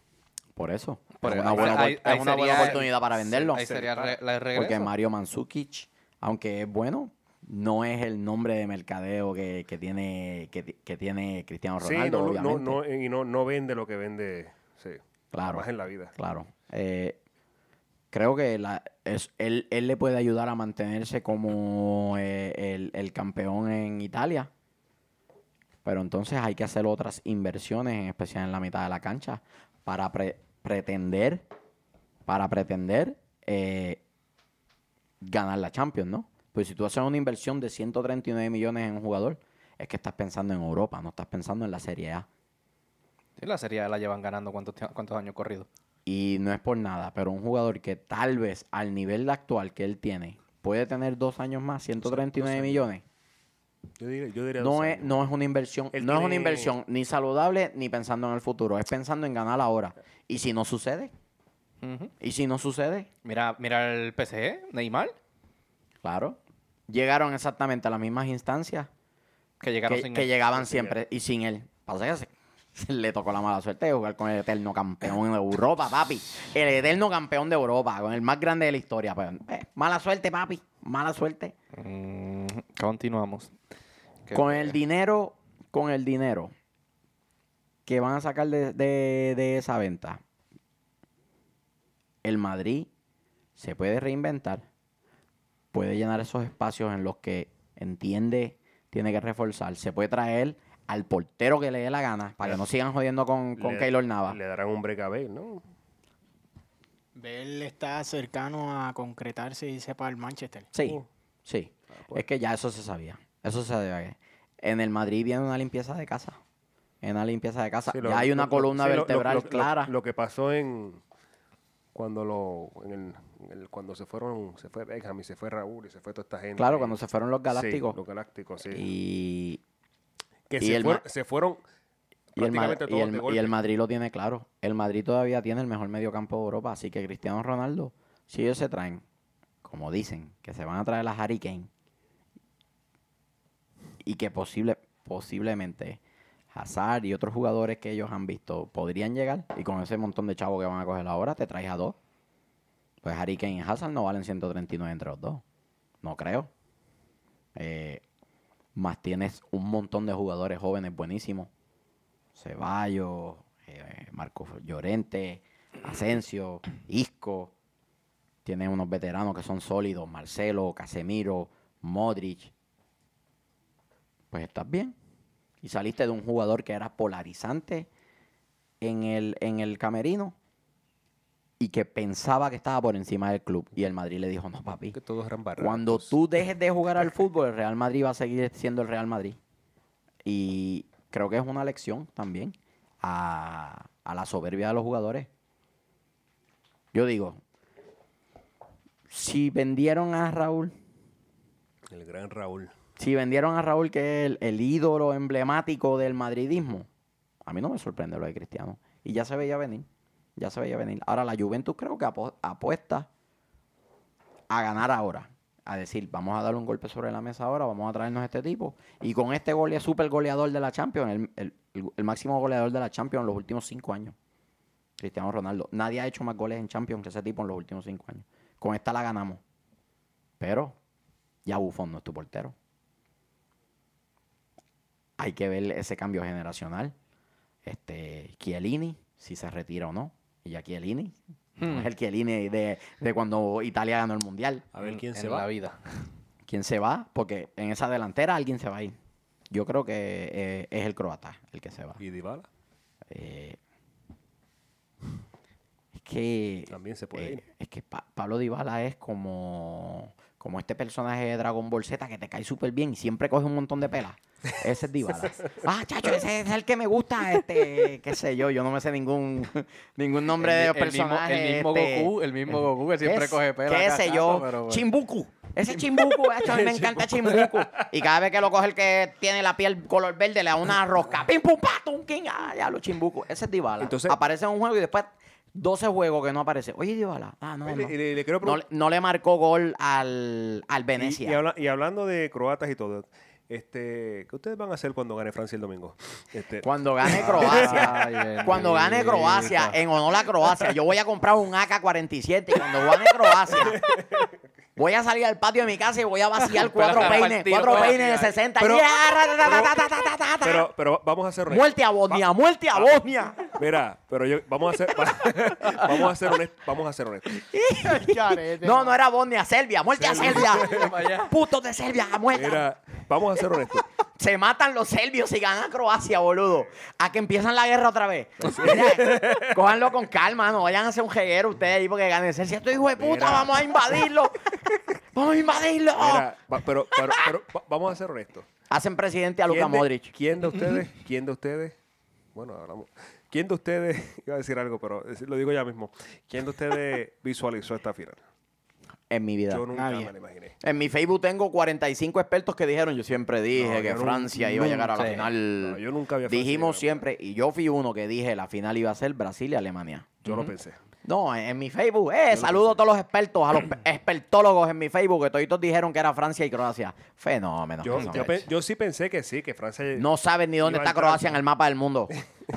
Speaker 1: Por eso.
Speaker 3: Por
Speaker 1: es
Speaker 3: ahí-
Speaker 1: una, buena,
Speaker 3: ahí-
Speaker 1: opor-
Speaker 3: ahí
Speaker 1: es una buena
Speaker 3: sería-
Speaker 1: oportunidad para venderlo.
Speaker 3: Ahí sería re- la el regreso.
Speaker 1: Porque Mario Mandzukic, aunque es bueno, no es el nombre de mercadeo que, que tiene que, ti- que tiene Cristiano Ronaldo,
Speaker 2: sí, no, no,
Speaker 1: obviamente.
Speaker 2: no, no, y no, no vende lo que vende sí,
Speaker 1: Claro.
Speaker 2: más en la vida.
Speaker 1: Claro. Eh, creo que la- es- él, él le puede ayudar a mantenerse como eh, el, el campeón en Italia. Pero entonces hay que hacer otras inversiones, en especial en la mitad de la cancha, para pre- pretender, para pretender eh, ganar la Champions, ¿no? Pues si tú haces una inversión de 139 millones en un jugador, es que estás pensando en Europa, no estás pensando en la Serie A.
Speaker 3: Sí, la serie la llevan ganando cuántos, tie- cuántos años corridos.
Speaker 1: Y no es por nada, pero un jugador que tal vez al nivel actual que él tiene puede tener dos años más, 139
Speaker 2: años.
Speaker 1: millones.
Speaker 2: Yo diría, yo diría
Speaker 1: No
Speaker 2: dos
Speaker 1: es,
Speaker 2: años.
Speaker 1: no es una inversión,
Speaker 2: Él
Speaker 1: no es una
Speaker 2: tiene-
Speaker 1: inversión ni saludable ni pensando en el futuro, es pensando en ganar ahora. Y si no sucede,
Speaker 3: Ujú.
Speaker 1: y si no sucede,
Speaker 3: Mira, mira el PSG, Neymar,
Speaker 1: claro. Llegaron exactamente a las mismas instancias
Speaker 3: que llegaron
Speaker 1: que,
Speaker 3: sin
Speaker 1: que
Speaker 3: él.
Speaker 1: llegaban
Speaker 2: sin él.
Speaker 1: siempre y sin él. Pasa que se- se le tocó la mala suerte de jugar con el eterno campeón de Europa, papi. El eterno campeón de Europa, con el más grande de la historia. pues, eh, mala suerte, papi. Mala suerte.
Speaker 3: Mm, continuamos. Que-
Speaker 1: con el dinero, con el dinero que van a sacar de, de- de esa venta, el Madrid se puede reinventar, puede llenar esos espacios en los que entiende tiene que reforzar. Se puede traer al portero que le dé la gana para que no sigan jodiendo con, con
Speaker 2: Le-
Speaker 1: Keylor Navas.
Speaker 2: Le darán un break a Bale, ¿no?
Speaker 4: Bell está cercano a concretarse y sepa el Manchester.
Speaker 1: Sí,
Speaker 2: Uh.
Speaker 1: sí.
Speaker 2: pues.
Speaker 1: Es que ya eso se sabía. Eso se sabía. En el Madrid viene una limpieza de casa. En una limpieza de casa.
Speaker 2: Sí, lo-
Speaker 1: ya hay una
Speaker 2: lo- lo-
Speaker 1: columna
Speaker 2: sí, lo- lo-
Speaker 1: vertebral
Speaker 2: lo- lo-
Speaker 1: clara.
Speaker 2: Lo, que pasó en cuando lo en el, en el- cuando se fueron se fue Beckham y se fue Raúl y se fue toda esta gente.
Speaker 1: claro, cuando se fueron los
Speaker 2: Sí,
Speaker 1: galácticos.
Speaker 2: los galácticos, sí.
Speaker 1: y,
Speaker 2: que
Speaker 1: y
Speaker 2: se,
Speaker 1: el
Speaker 2: fuer-
Speaker 1: ma-
Speaker 2: se fueron
Speaker 1: y el, Ma-
Speaker 2: prácticamente
Speaker 1: y
Speaker 2: todos
Speaker 1: el-
Speaker 2: de
Speaker 1: y
Speaker 2: golpe.
Speaker 1: el Madrid lo tiene claro. El Madrid todavía tiene el mejor mediocampo de Europa. Así que Cristiano Ronaldo, si ellos se traen, como dicen, que se van a traer a Harry Kane y que posible, posiblemente Hazard y otros jugadores que ellos han visto podrían llegar y con ese montón de chavos que van a coger ahora te traes a dos. Pues Harry Kane y Hazard no valen 139 entre los dos. No creo. Eh, más tienes un montón de jugadores jóvenes buenísimos. Ceballos, eh, Marco Llorente, Asensio, Isco. Tienes unos veteranos que son sólidos, Marcelo, Casemiro, Modric. Pues estás bien. Y saliste de un jugador que era polarizante en el, en el camerino y que pensaba que estaba por encima del club. Y el Madrid le dijo, no, papi.
Speaker 2: que todos pues. eran barracos.
Speaker 1: Cuando tú dejes de jugar al fútbol, el Real Madrid va a seguir siendo el Real Madrid. Y creo que es una lección también a, a la soberbia de los jugadores. Yo digo, si vendieron a Raúl,
Speaker 2: el gran Raúl.
Speaker 1: si vendieron a Raúl, que es el, el ídolo emblemático del madridismo, a mí no me sorprende lo de Cristiano. Y ya se veía venir. Ya se veía venir. Ahora la Juventus creo que apo- apuesta a ganar ahora. A decir, vamos a darle un golpe sobre la mesa ahora, vamos a traernos este tipo. Y con este gole, super goleador de la Champions, el, el- el- el máximo goleador de la Champions en los últimos cinco años. Cristiano Ronaldo. Nadie ha hecho más goles en Champions que ese tipo en los últimos cinco años. Con esta la ganamos. Pero ya Buffon no es tu portero hay que ver ese cambio generacional. Este, Chiellini, si se retira o no. Y ya Chiellini. no es el Chiellini de, de cuando Italia ganó el Mundial.
Speaker 2: A ver
Speaker 3: en-
Speaker 2: quién se
Speaker 3: en
Speaker 2: va.
Speaker 3: la vida.
Speaker 1: ¿Quién se va? Porque en esa delantera alguien se va a ir. Yo creo que eh, es el croata el que se va.
Speaker 2: Y Dybala
Speaker 1: Eh, es que...
Speaker 2: también se puede
Speaker 1: eh,
Speaker 2: ir.
Speaker 1: es que Pa- Pablo Dybala es como, como este personaje de Dragon Ball Z que te cae súper bien y siempre coge un montón de pelas. Ese es Dybala. ah, chacho, ese es el que me gusta, este, qué sé yo, yo no me sé ningún ningún nombre de
Speaker 3: El- el mismo-
Speaker 1: personaje.
Speaker 3: el mismo
Speaker 1: este,
Speaker 3: Goku, el
Speaker 4: Eh,
Speaker 3: mismo Goku que siempre
Speaker 1: es-
Speaker 3: coge pela
Speaker 1: Qué
Speaker 3: cada
Speaker 1: sé
Speaker 3: rato,
Speaker 1: yo,
Speaker 3: pero bueno.
Speaker 1: Chimbuku. Ese Chimbuku, hecho, a mí me encanta Chimbuku. Y cada vez que lo coge el que tiene la piel color verde, le da una rosca. Pim, pum, pa, tum, quin, ah, ya, los Chimbuku. Ese es Dybala.
Speaker 2: Entonces-
Speaker 1: aparece en un juego y después 12 juegos que no aparece. Oye, Dybala, ah, no,
Speaker 2: Y
Speaker 1: no.
Speaker 2: le, y le- le quiero
Speaker 1: No,
Speaker 2: preguntar-
Speaker 1: le- no le marcó gol al, al
Speaker 2: y-
Speaker 1: Venecia.
Speaker 2: Y, habla- y hablando de croatas y todo, este, ¿qué ustedes van a hacer cuando gane Francia el domingo? Este,
Speaker 1: Cuando gane Croacia,
Speaker 3: Ay, bendito.
Speaker 1: cuando gane Croacia, en honor a Croacia, yo voy a comprar un AK-47 y cuando gane Croacia, voy a salir al patio de mi casa y voy a vaciar cuatro
Speaker 3: Pero,
Speaker 1: peines,
Speaker 3: partido,
Speaker 1: cuatro
Speaker 3: pero,
Speaker 1: peines de 60.
Speaker 2: pero-
Speaker 1: Yeah, ra, ra, ra, ra, ra, ra, ra, ra.
Speaker 2: pero, pero Ah. vamos a hacer
Speaker 1: muerte a Bosnia, muerte a Bosnia.
Speaker 2: Mira, pero yo, vamos a ser, va- vamos a ser honestos, vamos a ser honestos.
Speaker 1: No, no era Bosnia, Serbia, muerte a Serbia.
Speaker 3: Vaya.
Speaker 1: Putos de Serbia, muerta.
Speaker 2: Mira, vamos a ser honestos.
Speaker 1: Se matan los serbios si ganan Croacia, boludo. A que empiezan la guerra otra vez.
Speaker 2: Pues
Speaker 1: Mira, cójanlo con calma, no vayan a hacer un jeguero ustedes ahí porque ganen Serbia. Estos hijos de puta,
Speaker 2: Mira.
Speaker 1: vamos a invadirlo. vamos a invadirlo.
Speaker 2: Mira, va- pero, pero, pero va- vamos a ser honestos.
Speaker 1: Hacen presidente a Luka
Speaker 2: ¿Quién de-
Speaker 1: Modric.
Speaker 2: ¿Quién de ustedes? ¿Quién de ustedes? Bueno, hablamos. ¿Quién de ustedes? Iba a decir algo, pero es- lo digo ya mismo. ¿Quién de ustedes visualizó esta final?
Speaker 1: En mi vida.
Speaker 2: Yo nunca
Speaker 4: Nadie.
Speaker 2: me la imaginé.
Speaker 1: En mi Facebook tengo 45 expertos que dijeron, yo siempre dije
Speaker 2: No,
Speaker 1: que
Speaker 2: yo nun-
Speaker 1: Francia iba a llegar a la
Speaker 3: nunca-
Speaker 1: final.
Speaker 2: No, yo nunca había
Speaker 1: Dijimos
Speaker 2: Francia llegar
Speaker 1: siempre, y yo fui uno que dije, la final iba a ser Brasil y Alemania.
Speaker 2: Yo lo pensé.
Speaker 1: No, en en mi Facebook. Eh, saludo a todos los expertos, a los pe- expertólogos en mi Facebook, que toditos dijeron que era Francia y Croacia. Fenómeno.
Speaker 2: Yo,
Speaker 1: no,
Speaker 2: yo pe- eh, yo sí pensé que sí, que Francia...
Speaker 1: no saben ni dónde
Speaker 2: iba a
Speaker 1: está
Speaker 2: entrar,
Speaker 1: Croacia en
Speaker 2: ¿no?
Speaker 1: el mapa del mundo.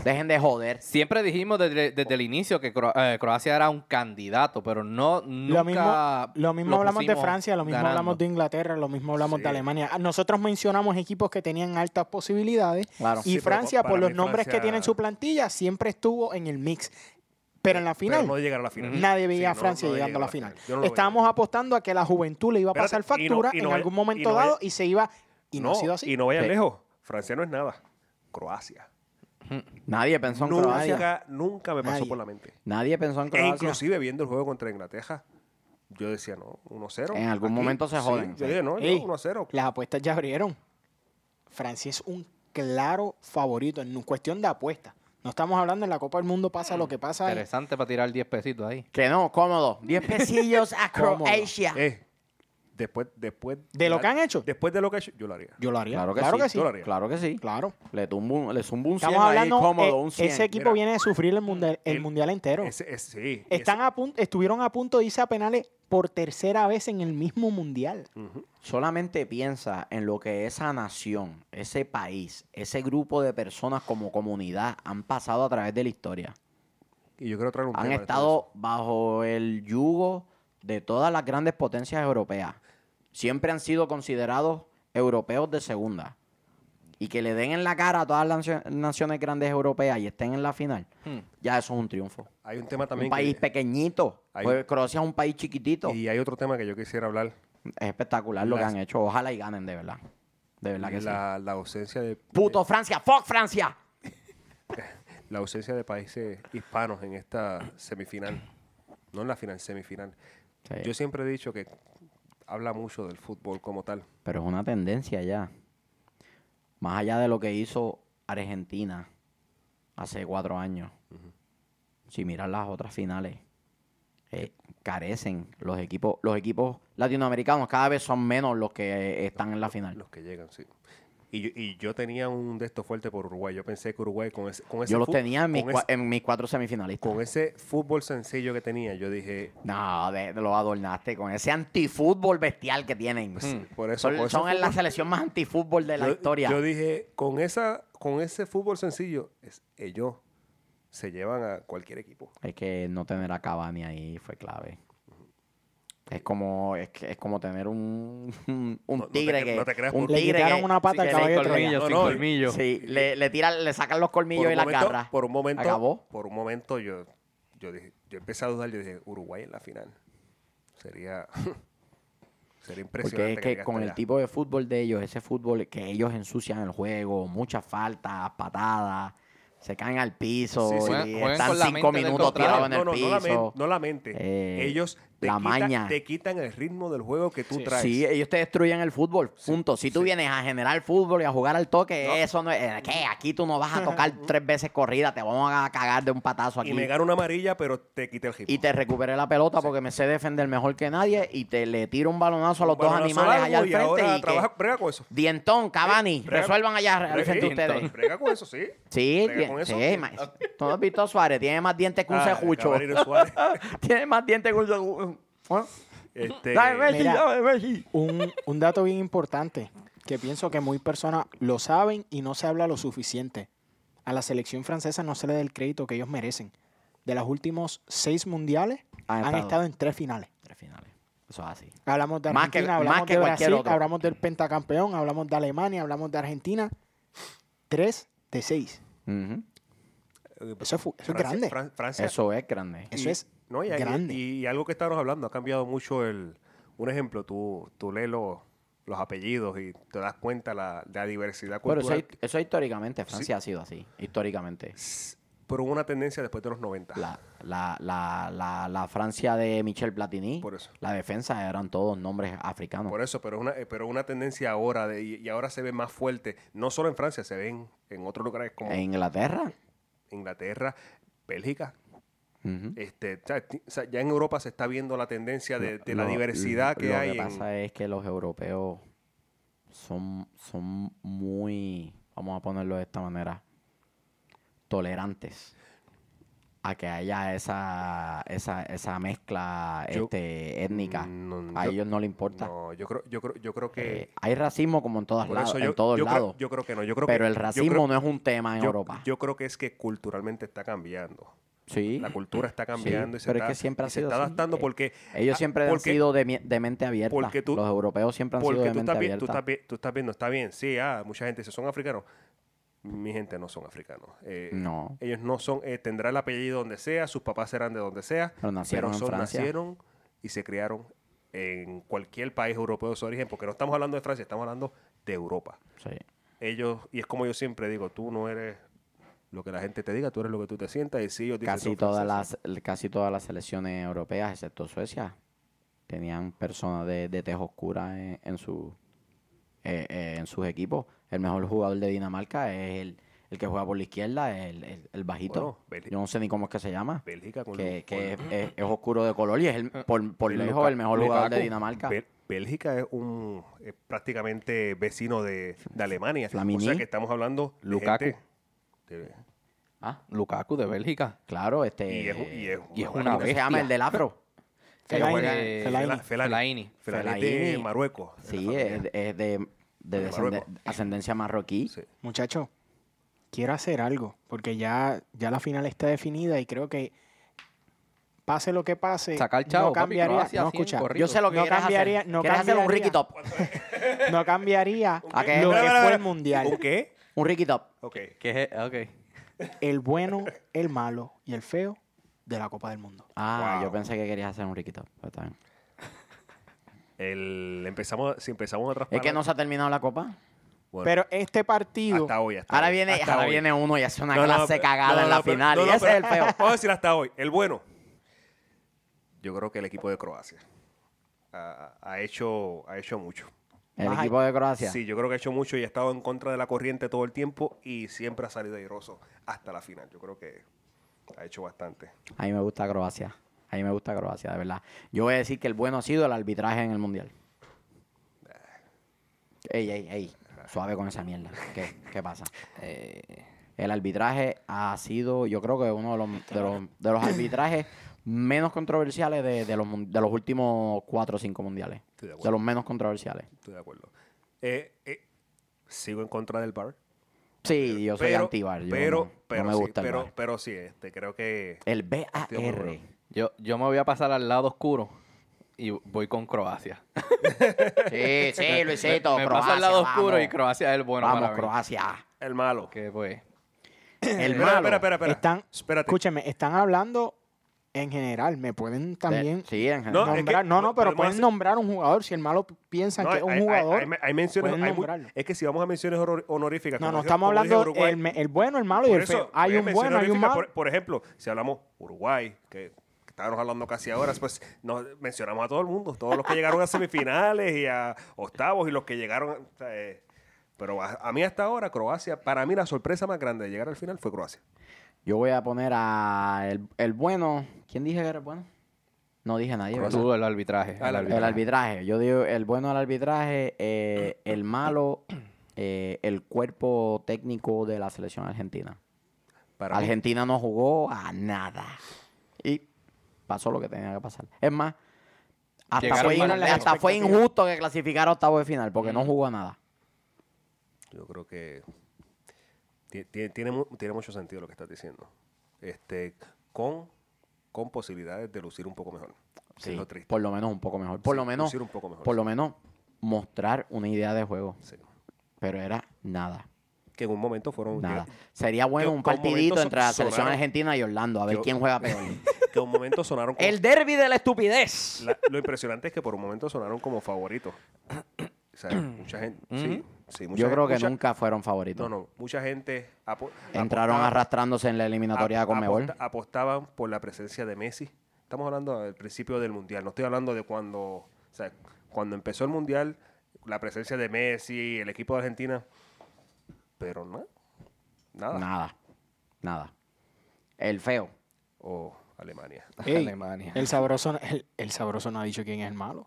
Speaker 1: Dejen de joder.
Speaker 3: Siempre dijimos desde, desde el inicio que Cro- eh, Croacia era un candidato, pero no nunca
Speaker 4: Lo mismo, lo mismo
Speaker 3: lo
Speaker 4: hablamos de
Speaker 3: pusimos
Speaker 4: Francia, lo mismo
Speaker 3: ganando.
Speaker 4: hablamos de Inglaterra, lo mismo hablamos
Speaker 2: Sí.
Speaker 4: de Alemania. Ah, Nosotros mencionamos equipos que tenían altas posibilidades
Speaker 1: Claro.
Speaker 2: Sí,
Speaker 4: y
Speaker 2: pero
Speaker 4: Francia,
Speaker 2: para
Speaker 4: por los
Speaker 2: mí
Speaker 4: nombres que
Speaker 2: Francia-
Speaker 4: tiene en su plantilla, siempre estuvo en el mix. Pero en la final,
Speaker 2: no llegar a la final.
Speaker 4: nadie veía a
Speaker 2: Sí, no-
Speaker 4: Francia
Speaker 2: no
Speaker 4: llegando
Speaker 2: llegar
Speaker 4: a la final.
Speaker 2: Yo no lo
Speaker 4: Estábamos apostando a que la juventud le iba a pasar
Speaker 2: Espérate, y no-
Speaker 4: factura
Speaker 2: y no
Speaker 4: en
Speaker 2: es-
Speaker 4: algún
Speaker 2: y
Speaker 4: momento
Speaker 2: no es-
Speaker 4: dado y se iba. Y no, ha sido así.
Speaker 2: Y no vayan
Speaker 1: Sí.
Speaker 2: lejos. Francia no es nada. Croacia.
Speaker 1: Nadie pensó en Croacia.
Speaker 2: Nunca, nunca me pasó
Speaker 4: Nadie.
Speaker 2: por la mente.
Speaker 1: Nadie pensó en
Speaker 2: E
Speaker 1: Croacia.
Speaker 2: inclusive viendo el juego contra Inglaterra, yo decía, no, 1-0.
Speaker 1: En algún momento se
Speaker 2: sí,
Speaker 1: joden, sí.
Speaker 2: yo dije, no,
Speaker 4: Ey,
Speaker 2: 1-0.
Speaker 4: Las apuestas ya abrieron. Francia es un claro favorito en cuestión de apuestas. No estamos hablando en la Copa del Mundo pasa
Speaker 2: Mm,
Speaker 4: lo que pasa. en-
Speaker 3: Interesante para tirar 10 pesitos ahí.
Speaker 1: Que no, cómodo. 10 pesillos a
Speaker 4: Cómodo.
Speaker 1: Croacia.
Speaker 2: Eh, después, después
Speaker 4: ¿De lo que han hecho?
Speaker 2: Después de lo que han hecho, yo lo haría.
Speaker 4: Yo lo haría.
Speaker 1: Claro que sí.
Speaker 2: Yo lo haría.
Speaker 1: Claro que sí.
Speaker 4: Claro.
Speaker 1: Le, tumbo un- le zumbo un 100
Speaker 4: Estamos hablando.
Speaker 1: ahí cómodo,
Speaker 4: eh,
Speaker 1: un 100.
Speaker 4: ese equipo
Speaker 2: Mira, Mm,
Speaker 4: viene de sufrir el mundial, el
Speaker 2: el-
Speaker 4: mundial entero.
Speaker 2: Ese- ese- sí,
Speaker 4: Están a punto, estuvieron a punto de irse a penales por tercera vez en el mismo mundial.
Speaker 2: ese- Ujú.
Speaker 1: Solamente piensa en lo que esa nación, ese país, ese grupo de personas como comunidad han pasado a través de la historia.
Speaker 2: Y yo quiero traer un
Speaker 1: Han
Speaker 2: tema de
Speaker 1: estado
Speaker 2: todo
Speaker 1: bajo el yugo de todas las grandes potencias europeas. Siempre han sido considerados europeos de segunda. Y que le den en la cara a todas las nacio- naciones grandes europeas y estén en la final,
Speaker 3: Hmm.
Speaker 1: ya eso es un triunfo.
Speaker 2: eso. Hay un tema también.
Speaker 1: un país
Speaker 2: que-
Speaker 1: pequeñito.
Speaker 2: Ahí-
Speaker 1: Pues Croacia es un país chiquitito.
Speaker 2: y hay otro tema que yo quisiera hablar.
Speaker 1: Es espectacular lo que
Speaker 2: Las-
Speaker 1: han hecho. Ojalá y ganen, de verdad. De verdad que sí.
Speaker 2: la, la ausencia de,
Speaker 1: Puto Francia, fuck Francia.
Speaker 2: la ausencia de países hispanos en esta semifinal. No en la final, semifinal.
Speaker 1: Sí.
Speaker 2: Yo siempre he dicho que habla mucho del fútbol como tal.
Speaker 1: Pero es una tendencia ya. Más allá de lo que hizo Argentina hace cuatro años. Si miras las otras finales, eh, carecen los equipos. Los equipos latinoamericanos cada vez son menos los que eh, están en la final.
Speaker 2: Los que llegan, sí. Y yo, y yo tenía un de estos fuerte por Uruguay. Yo pensé que Uruguay con ese, con ese
Speaker 1: Yo los
Speaker 2: fu-
Speaker 1: tenía en mis,
Speaker 2: con
Speaker 1: cua-
Speaker 2: ese-
Speaker 1: en mis cuatro semifinalistas.
Speaker 2: con ese fútbol sencillo que tenía, yo dije,
Speaker 1: No, de- de- lo adornaste con ese antifútbol bestial que tienen.
Speaker 2: por Pues eso,
Speaker 1: Son,
Speaker 2: con ese
Speaker 1: son en la
Speaker 2: fútbol-
Speaker 1: selección más antifútbol de la
Speaker 2: Mm. yo-
Speaker 1: historia.
Speaker 2: Yo dije, con esa, con ese fútbol sencillo, es- ellos se llevan a cualquier equipo.
Speaker 1: Es que no tener a Cavani ahí fue clave. Es como, es que es como tener un, un
Speaker 2: no te
Speaker 1: tigre
Speaker 2: cre-
Speaker 1: que.
Speaker 2: no te creas
Speaker 1: un
Speaker 2: por- Le
Speaker 1: tigre
Speaker 4: quitaron
Speaker 1: que-
Speaker 4: una pata
Speaker 1: sí,
Speaker 4: al
Speaker 1: que
Speaker 4: caballo
Speaker 1: le-
Speaker 3: Sin
Speaker 4: de Troya.
Speaker 3: colmillos, sin
Speaker 2: No, no, y-
Speaker 3: colmillos.
Speaker 1: Sí, le, le tiran, le sacan los colmillos
Speaker 2: por
Speaker 1: y
Speaker 2: un
Speaker 1: las
Speaker 2: momento,
Speaker 1: garras.
Speaker 2: Por un momento,
Speaker 1: Acabó.
Speaker 2: por un momento yo, yo dije, yo empecé a dudar, yo dije, Uruguay en la final. Sería, sería
Speaker 1: Porque
Speaker 2: impresionante.
Speaker 1: es que
Speaker 2: llegaste
Speaker 1: con el
Speaker 2: allá.
Speaker 1: tipo de fútbol de ellos, ese fútbol que ellos ensucian el juego, muchas faltas, patadas, se caen al piso,
Speaker 2: Sí, sí.
Speaker 1: y
Speaker 2: Juegan-
Speaker 3: juegan
Speaker 1: están
Speaker 3: con la
Speaker 1: cinco
Speaker 3: mente del
Speaker 1: minutos
Speaker 3: contrario.
Speaker 1: tirados en el
Speaker 2: no, no,
Speaker 1: piso.
Speaker 2: no la men- no la mente.
Speaker 1: Eh,
Speaker 2: ellos te,
Speaker 1: la
Speaker 2: quitan,
Speaker 1: maña.
Speaker 2: te quitan el ritmo del juego que tú
Speaker 4: Sí.
Speaker 2: traes.
Speaker 1: Sí, ellos te destruyen el fútbol, punto. si tú
Speaker 2: sí.
Speaker 1: vienes a generar fútbol y a jugar al toque,
Speaker 2: No.
Speaker 1: eso no es... eh, ¿Qué? Aquí tú no vas a tocar tres veces corrida, te vamos a cagar de un patazo aquí.
Speaker 2: y me gana una amarilla, pero te quita el ritmo.
Speaker 1: Y te recuperé la pelota porque me sé defender mejor que nadie y te le tiro un balonazo a los
Speaker 2: Un
Speaker 1: dos
Speaker 2: balonazo
Speaker 1: animales
Speaker 2: largo
Speaker 1: allá al
Speaker 2: y
Speaker 1: frente
Speaker 2: ahora
Speaker 1: y
Speaker 2: trabaja,
Speaker 1: que...
Speaker 2: brega con eso.
Speaker 1: Dientón, Cavani,
Speaker 2: brega-
Speaker 1: resuelvan allá al
Speaker 2: Brega-
Speaker 1: frente
Speaker 2: Dientón.
Speaker 1: ustedes.
Speaker 2: Brega con eso, sí.
Speaker 1: Sí,
Speaker 2: Brega
Speaker 1: bien,
Speaker 2: con eso.
Speaker 1: sí, ma- tú no has visto a Suárez, tiene más dientes que un
Speaker 2: Ah,
Speaker 1: cejucho.
Speaker 2: Cavani no es Suárez.
Speaker 1: tiene más dientes que un cejucho. Bueno,
Speaker 2: Este,
Speaker 1: Dale, Messi,
Speaker 4: Mira.
Speaker 1: dale, Messi.
Speaker 4: Un, un dato bien importante que pienso que muy personas lo saben y no se habla lo suficiente. A la selección francesa no se le da el crédito que ellos merecen. De los últimos seis mundiales
Speaker 1: Han
Speaker 4: han
Speaker 1: estado.
Speaker 4: estado en tres finales.
Speaker 1: Tres finales, eso es así.
Speaker 4: Hablamos de
Speaker 1: Más que-
Speaker 4: Argentina,
Speaker 1: más
Speaker 4: hablamos
Speaker 1: que
Speaker 4: de
Speaker 1: cualquier
Speaker 4: Brasil,
Speaker 1: otro.
Speaker 4: hablamos del pentacampeón, hablamos de Alemania, hablamos de Argentina. Tres de seis.
Speaker 1: Ujú.
Speaker 4: Eso es fu- eso es
Speaker 2: Francia-
Speaker 4: grande.
Speaker 2: Fran- Francia
Speaker 1: Eso es grande.
Speaker 4: Eso es
Speaker 2: No, y, y-
Speaker 4: grande.
Speaker 2: Y, algo que estábamos hablando, ha cambiado mucho el... Un ejemplo, tú, tú lees los- los apellidos y te das cuenta la, la diversidad
Speaker 1: Pero eso,
Speaker 2: cultural.
Speaker 1: hi- eso históricamente, Francia ha sido así, históricamente.
Speaker 2: Por una tendencia después de los 90.
Speaker 1: La, la, la, la, la Francia de Michel Platini,
Speaker 2: Por eso.
Speaker 1: la defensa eran todos nombres africanos.
Speaker 2: Por eso, pero es una, eh, pero una tendencia ahora de- y, y ahora se ve más fuerte. No solo en Francia, se ven en otros lugares como
Speaker 1: En Inglaterra,
Speaker 2: Inglaterra, Bélgica.
Speaker 1: ujú,
Speaker 2: Este, o sea, ti- o sea, ya en Europa se está viendo la tendencia de, de la
Speaker 1: lo-
Speaker 2: diversidad que
Speaker 1: lo
Speaker 2: hay.
Speaker 1: que
Speaker 2: en-
Speaker 1: pasa es que los europeos son, son muy, vamos a ponerlo de esta manera, tolerantes a que haya esa, esa, esa mezcla
Speaker 2: Yo-
Speaker 1: este, étnica.
Speaker 2: No,
Speaker 1: a
Speaker 2: yo-
Speaker 1: ellos no les importa.
Speaker 2: No, yo creo, yo creo, yo creo que
Speaker 1: Eh, hay racismo como en, todas
Speaker 2: por
Speaker 1: lados,
Speaker 2: eso yo,
Speaker 1: en todos
Speaker 2: yo creo-
Speaker 1: lados.
Speaker 2: yo creo que no. Yo creo
Speaker 1: pero
Speaker 2: que-
Speaker 1: el
Speaker 2: yo
Speaker 1: racismo
Speaker 2: creo-
Speaker 1: no es un tema en
Speaker 2: yo-
Speaker 1: Europa.
Speaker 2: Yo creo que es que culturalmente está cambiando.
Speaker 1: sí.
Speaker 2: La cultura está cambiando y se
Speaker 1: pero es
Speaker 2: está,
Speaker 1: que siempre
Speaker 2: y
Speaker 1: ha
Speaker 2: se
Speaker 1: sido
Speaker 2: está
Speaker 1: así.
Speaker 2: adaptando
Speaker 1: Eh,
Speaker 2: porque
Speaker 1: Ellos
Speaker 2: ah,
Speaker 1: siempre
Speaker 2: porque-
Speaker 1: han sido de, mi- de mente abierta.
Speaker 2: porque tú-
Speaker 1: Los europeos siempre han sido
Speaker 2: Porque
Speaker 1: de
Speaker 2: tú
Speaker 1: mente
Speaker 2: estás, vi- tú
Speaker 1: abierta.
Speaker 2: estás vi- tú estás viendo, está bien, sí, ah, mucha gente dice, son africanos. Mi gente no son africanos. Eh,
Speaker 1: No.
Speaker 2: Ellos no son, eh, tendrán el apellido donde sea, sus papás serán de donde sea,
Speaker 1: Pero nacieron en
Speaker 2: son,
Speaker 1: Francia.
Speaker 2: nacieron y se criaron en cualquier país europeo de su origen, porque no estamos hablando de Francia, estamos hablando de Europa.
Speaker 1: Sí.
Speaker 2: Ellos, y es como yo siempre digo, tú no eres lo que la gente te diga, tú eres lo que tú te sientas, y si ellos dicen
Speaker 1: Casi
Speaker 2: son
Speaker 1: todas,
Speaker 2: franceses.
Speaker 1: las, el- casi todas las selecciones europeas, excepto Suecia, tenían personas de, de tez oscura en, en su, eh, eh, en sus equipos. El mejor jugador de Dinamarca es el, el que juega por la izquierda, el, el- el bajito.
Speaker 2: Bueno, Bélgica-
Speaker 1: Yo no sé ni cómo es que se llama.
Speaker 2: Bélgica con
Speaker 1: Que,
Speaker 2: con-
Speaker 1: que es, es- es oscuro de color y es el,
Speaker 2: Ah,
Speaker 1: por, por
Speaker 2: Luka-
Speaker 1: lejos el mejor jugador de
Speaker 2: Lukaku.
Speaker 1: Dinamarca.
Speaker 2: Bél- Bélgica es un es prácticamente vecino de, de Alemania.
Speaker 1: Flamini.
Speaker 2: O sea que estamos hablando de
Speaker 3: Lukaku.
Speaker 2: gente- de-
Speaker 1: Ah,
Speaker 3: Lukaku de Bélgica.
Speaker 1: claro, este.
Speaker 2: y es, y es,
Speaker 3: y es
Speaker 2: una-
Speaker 1: ¿Cómo que se
Speaker 3: bestia.
Speaker 1: llama el del afro?
Speaker 3: Que
Speaker 4: Fellaini,
Speaker 3: juega-
Speaker 4: Fellaini.
Speaker 2: Fela- Felani.
Speaker 3: Fellaini.
Speaker 2: Felani de
Speaker 1: Fellaini.
Speaker 2: Marruecos. de la
Speaker 1: Sí,
Speaker 2: familia.
Speaker 1: es, es de, de
Speaker 2: De
Speaker 1: descende-
Speaker 2: Marruecos.
Speaker 1: ascendencia marroquí.
Speaker 2: Sí.
Speaker 4: Muchacho, quiero hacer algo, porque ya, ya la final está definida y creo que pase lo que pase,
Speaker 3: Sacar chavo,
Speaker 4: no
Speaker 3: papi,
Speaker 4: cambiaría,
Speaker 3: Croacia,
Speaker 4: no
Speaker 3: cien,
Speaker 4: escucha,
Speaker 3: corrido.
Speaker 1: Yo sé lo que
Speaker 4: No
Speaker 1: quieras
Speaker 4: cambiaría-
Speaker 1: hacer.
Speaker 4: no
Speaker 1: quieres hacer un
Speaker 4: cambiaría.
Speaker 1: Ricky Top.
Speaker 4: no cambiaría
Speaker 1: ¿A qué?
Speaker 4: lo que
Speaker 1: Espera,
Speaker 4: fue el mundial.
Speaker 2: ¿Un qué?
Speaker 1: Un Ricky Top.
Speaker 2: Ok.
Speaker 3: Que es, ok.
Speaker 4: El bueno, el malo y el feo de la Copa del Mundo.
Speaker 1: Ah, yo
Speaker 2: Wow.
Speaker 1: pensé que querías hacer un Ricky Top. pero está bien.
Speaker 2: El, empezamos, si empezamos a
Speaker 1: Es que no se ha terminado la copa.
Speaker 2: Bueno,
Speaker 4: Pero este partido,
Speaker 2: hasta hoy. hasta
Speaker 1: Ahora
Speaker 2: hoy,
Speaker 1: viene,
Speaker 2: hasta
Speaker 1: ahora
Speaker 2: hoy.
Speaker 1: viene uno y hace una
Speaker 2: No, no,
Speaker 1: clase
Speaker 2: pero-
Speaker 1: cagada
Speaker 2: no,
Speaker 1: en
Speaker 2: no,
Speaker 1: la
Speaker 2: pero-
Speaker 1: final.
Speaker 2: no,
Speaker 1: y
Speaker 2: no,
Speaker 1: ese
Speaker 2: pero-
Speaker 1: es el feo.
Speaker 2: Vamos a decir hasta hoy. El bueno. Yo creo que el equipo de Croacia ha, ha hecho, ha hecho mucho.
Speaker 1: El
Speaker 4: Ajá.
Speaker 1: equipo de Croacia.
Speaker 2: Sí, yo creo que ha hecho mucho y ha estado en contra de la corriente todo el tiempo y siempre ha salido airoso hasta la final. Yo creo que ha hecho bastante.
Speaker 1: A mí me gusta Croacia. A mí me gusta Croacia, de verdad. Yo voy a decir que el bueno ha sido el arbitraje en el Mundial. Ey, ey, ey. Suave con esa mierda. ¿Qué, qué pasa? Eh, el arbitraje ha sido, yo creo que uno de los, de los, de los arbitrajes menos controversiales de, de los, mun- de los últimos cuatro o cinco mundiales.
Speaker 2: Estoy de
Speaker 1: De,
Speaker 2: acuerdo.
Speaker 1: los menos controversiales.
Speaker 2: Estoy de acuerdo. Eh, eh, sigo en contra del bar.
Speaker 1: Sí, yo soy antibar. yo
Speaker 2: pero,
Speaker 1: no- no,
Speaker 2: pero
Speaker 1: me
Speaker 2: sí,
Speaker 1: gusta
Speaker 2: pero,
Speaker 1: el VAR.
Speaker 2: pero sí, este, creo que
Speaker 1: El
Speaker 2: Estoy de
Speaker 1: BAR.
Speaker 2: acuerdo.
Speaker 3: Yo, yo me voy a pasar al lado oscuro y voy con Croacia.
Speaker 1: Sí, sí, Luisito.
Speaker 3: me paso
Speaker 1: Croacia,
Speaker 3: al lado oscuro y
Speaker 1: vamos.
Speaker 3: Croacia es el bueno
Speaker 1: vamos,
Speaker 3: para mí.
Speaker 1: Croacia.
Speaker 2: el malo.
Speaker 3: Que, pues,
Speaker 1: El
Speaker 2: Espera,
Speaker 1: malo.
Speaker 2: espera, espera, espera.
Speaker 4: están,
Speaker 2: Espérate.
Speaker 4: escúcheme, están hablando en general, me pueden
Speaker 1: De-
Speaker 4: también
Speaker 1: sí, en
Speaker 2: No,
Speaker 1: general.
Speaker 2: eh, es que-
Speaker 4: nombrar- no, no, pero
Speaker 2: podemos
Speaker 4: pueden
Speaker 2: hacer-
Speaker 4: nombrar un jugador si el malo piensa
Speaker 2: No,
Speaker 4: que
Speaker 2: hay-
Speaker 4: es un
Speaker 2: hay-
Speaker 4: jugador.
Speaker 2: hay- hay- hay menciones-
Speaker 4: pueden
Speaker 2: hay mu-
Speaker 4: nombrarlo.
Speaker 2: es que si vamos a menciones honor- honoríficas.
Speaker 4: No,
Speaker 2: como
Speaker 4: no,
Speaker 2: dije-
Speaker 4: estamos
Speaker 2: como dije,
Speaker 4: hablando
Speaker 2: Uruguay-
Speaker 4: el, me- el bueno, el malo y
Speaker 2: Por
Speaker 4: el feo.
Speaker 2: eso,
Speaker 4: Hay
Speaker 2: eh,
Speaker 4: un
Speaker 2: menciones
Speaker 4: bueno, hay un
Speaker 2: honoríficas,
Speaker 4: malo.
Speaker 2: Por, por ejemplo, si hablamos Uruguay, que, que estábamos hablando casi ahora, pues nos mencionamos a todo el mundo, todos los que llegaron a semifinales y a octavos y los que llegaron. o sea, eh, pero a, a mí hasta ahora, Croacia, para mí la sorpresa más grande de llegar al final fue Croacia.
Speaker 1: Yo voy a poner a el, el bueno. ¿Quién dije que era el bueno? No dije nadie. ¿verdad?
Speaker 3: tú el arbitraje.
Speaker 2: Ah, el
Speaker 1: El arbitraje. Yo digo el bueno al arbitraje, eh, el malo, eh, el cuerpo técnico de la selección argentina.
Speaker 2: Para mí,
Speaker 1: Argentina no jugó a nada. Y pasó lo que tenía que pasar. Es más, hasta,
Speaker 3: Llegaron
Speaker 1: fue,
Speaker 3: más lejos.
Speaker 1: hasta fue injusto que clasificara a octavo de final porque no jugó a nada.
Speaker 2: yo creo que ti- ti- tiene, mu- tiene mucho sentido lo que estás diciendo. Este, con, con posibilidades de lucir un poco mejor. que
Speaker 1: Sí,
Speaker 2: es lo triste.
Speaker 1: por lo menos un poco mejor. Por
Speaker 2: Sí,
Speaker 1: lo menos,
Speaker 2: lucir un poco mejor.
Speaker 1: por lo menos mostrar una idea de juego.
Speaker 2: Sí.
Speaker 1: Pero era nada.
Speaker 2: Que en un momento fueron.
Speaker 1: Nada. Sería bueno
Speaker 2: Yo-
Speaker 1: un
Speaker 2: con
Speaker 1: partidito
Speaker 2: momentos
Speaker 1: entre la selección
Speaker 2: sonaron-
Speaker 1: argentina y Orlando, a ver
Speaker 2: Yo-
Speaker 1: quién juega peor.
Speaker 2: que un momento sonaron como,
Speaker 1: El derby de la estupidez.
Speaker 2: la- lo impresionante es que por un momento sonaron como favoritos o sea, mucha gente sí, sí, mucha
Speaker 1: Mm. Yo creo
Speaker 2: gente-
Speaker 1: que
Speaker 2: mucha-
Speaker 1: nunca fueron favoritos.
Speaker 2: no no mucha gente apo-
Speaker 1: Entraron
Speaker 2: apostaba-
Speaker 1: arrastrándose en la eliminatoria
Speaker 2: ap-
Speaker 1: con Mebol.
Speaker 2: aposta- apostaban por la presencia de Messi estamos hablando del principio del mundial no estoy hablando de cuando o sea, cuando empezó el mundial la presencia de Messi el equipo de Argentina pero no nada
Speaker 1: Nada. Nada. El feo.
Speaker 2: o Alemania
Speaker 4: Ey,
Speaker 3: Alemania.
Speaker 4: El sabroso, no- el, el sabroso no ha dicho quién es el malo.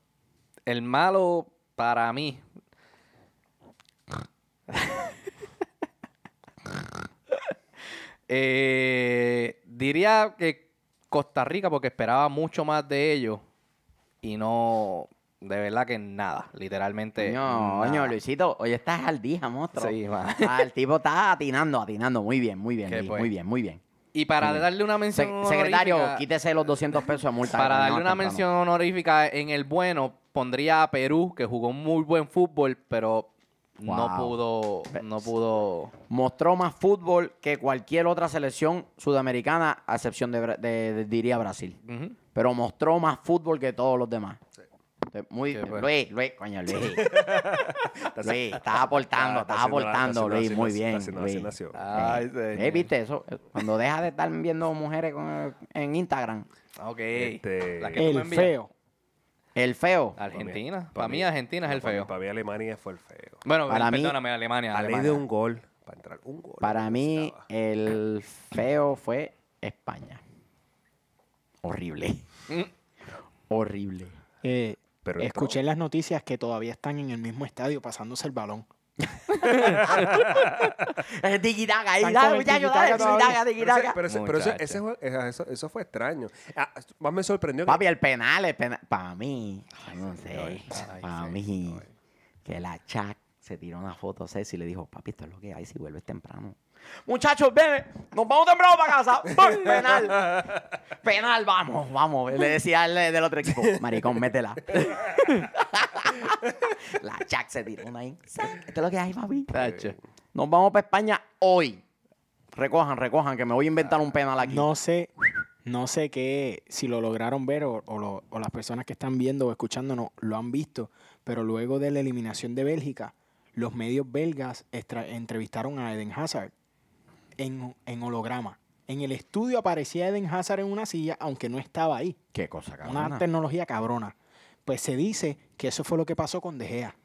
Speaker 3: El malo para mí. Eh, diría que Costa Rica porque esperaba mucho más de ellos y no, de verdad que nada, literalmente.
Speaker 1: No,
Speaker 3: nada.
Speaker 1: coño, Luisito, hoy estás al día, monstruo.
Speaker 3: Sí, va.
Speaker 1: Ah, el tipo está atinando, atinando. Muy bien, muy bien,
Speaker 3: ¿Qué,
Speaker 1: Luis,
Speaker 3: pues?
Speaker 1: muy bien, muy bien.
Speaker 3: Y para
Speaker 1: Muy bien.
Speaker 3: darle una mención
Speaker 1: Se- secretario,
Speaker 3: honorífica-
Speaker 1: quítese los 200 pesos de multa.
Speaker 3: Para
Speaker 1: que
Speaker 3: darle una
Speaker 1: terminamos temprano.
Speaker 3: mención honorífica en el bueno, pondría a Perú, que jugó muy buen fútbol, pero No
Speaker 1: Wow.
Speaker 3: pudo, no pudo.
Speaker 1: Mostró más fútbol que cualquier otra selección sudamericana, a excepción de, Bra- de- de- diría Brasil.
Speaker 3: Ujú.
Speaker 1: Pero mostró más fútbol que todos los demás. Entonces, Muy,
Speaker 3: Qué bueno.
Speaker 1: Luis, Luis, coño, Luis. Luis, estás
Speaker 2: Ah,
Speaker 1: aportando, estás aportando, Luis, muy bien. Luis.
Speaker 3: Ay,
Speaker 1: Eh,
Speaker 3: señor.
Speaker 1: eh, ¿Viste eso? Cuando dejas de estar viendo mujeres con- en Instagram.
Speaker 3: Ok.
Speaker 2: Este,
Speaker 3: La que tú me
Speaker 4: El
Speaker 3: envías.
Speaker 4: feo.
Speaker 1: El feo.
Speaker 3: Ah, Argentina. Para, mí, Argentina es el feo.
Speaker 2: Para mí Alemania fue el feo.
Speaker 3: Bueno,
Speaker 1: Para mí-
Speaker 3: perdóname, Alemania.
Speaker 2: A ley
Speaker 3: Alemania.
Speaker 2: de un gol, para entrar un gol.
Speaker 1: Para mí,
Speaker 2: necesitaba.
Speaker 1: el feo fue España. Horrible. Horrible.
Speaker 4: Eh,
Speaker 2: Pero entró.
Speaker 4: escuché en las noticias que todavía están en el mismo estadio pasándose el balón.
Speaker 1: El tiquitaca, ahí,
Speaker 4: Están
Speaker 1: dale,
Speaker 4: con el
Speaker 1: Eh, muchacho,
Speaker 4: tiquitaca
Speaker 1: dale, tiquitaca,
Speaker 4: todavía.
Speaker 2: Pero, ese-
Speaker 1: tiquitaca.
Speaker 2: pero ese- pero ese-
Speaker 3: Muchacho.
Speaker 2: ese jue- esa- eso, eso fue extraño. Ah, más me sorprendió que
Speaker 1: Papi, el penal, el penal. Para mí, no sé,
Speaker 3: ay,
Speaker 1: para mí, que la chat se tiró una foto a Ceci y le dijo, papi, esto es lo que hay si vuelves temprano. Muchachos, ven, nos vamos temprano para casa. ¡Pum! Penal. Penal, vamos, vamos. Le decía al eh, del otro equipo, maricón, métela. la chat se tiró una ahí. "Sac, Esto es lo que hay, papi.
Speaker 3: Tacho.
Speaker 1: Nos vamos para España hoy. Recojan, recojan, que me voy a inventar un penal aquí.
Speaker 4: No sé, no sé qué, si lo lograron ver o, o lo- o las personas que están viendo o escuchándonos lo han visto, pero luego de la eliminación de Bélgica, los medios belgas estra- entrevistaron a Eden Hazard en, en holograma. En el estudio aparecía Eden Hazard en una silla, aunque no estaba ahí.
Speaker 1: Qué cosa,
Speaker 4: Una
Speaker 1: cabrona.
Speaker 4: tecnología cabrona. Pues se dice que eso fue lo que pasó con De Gea.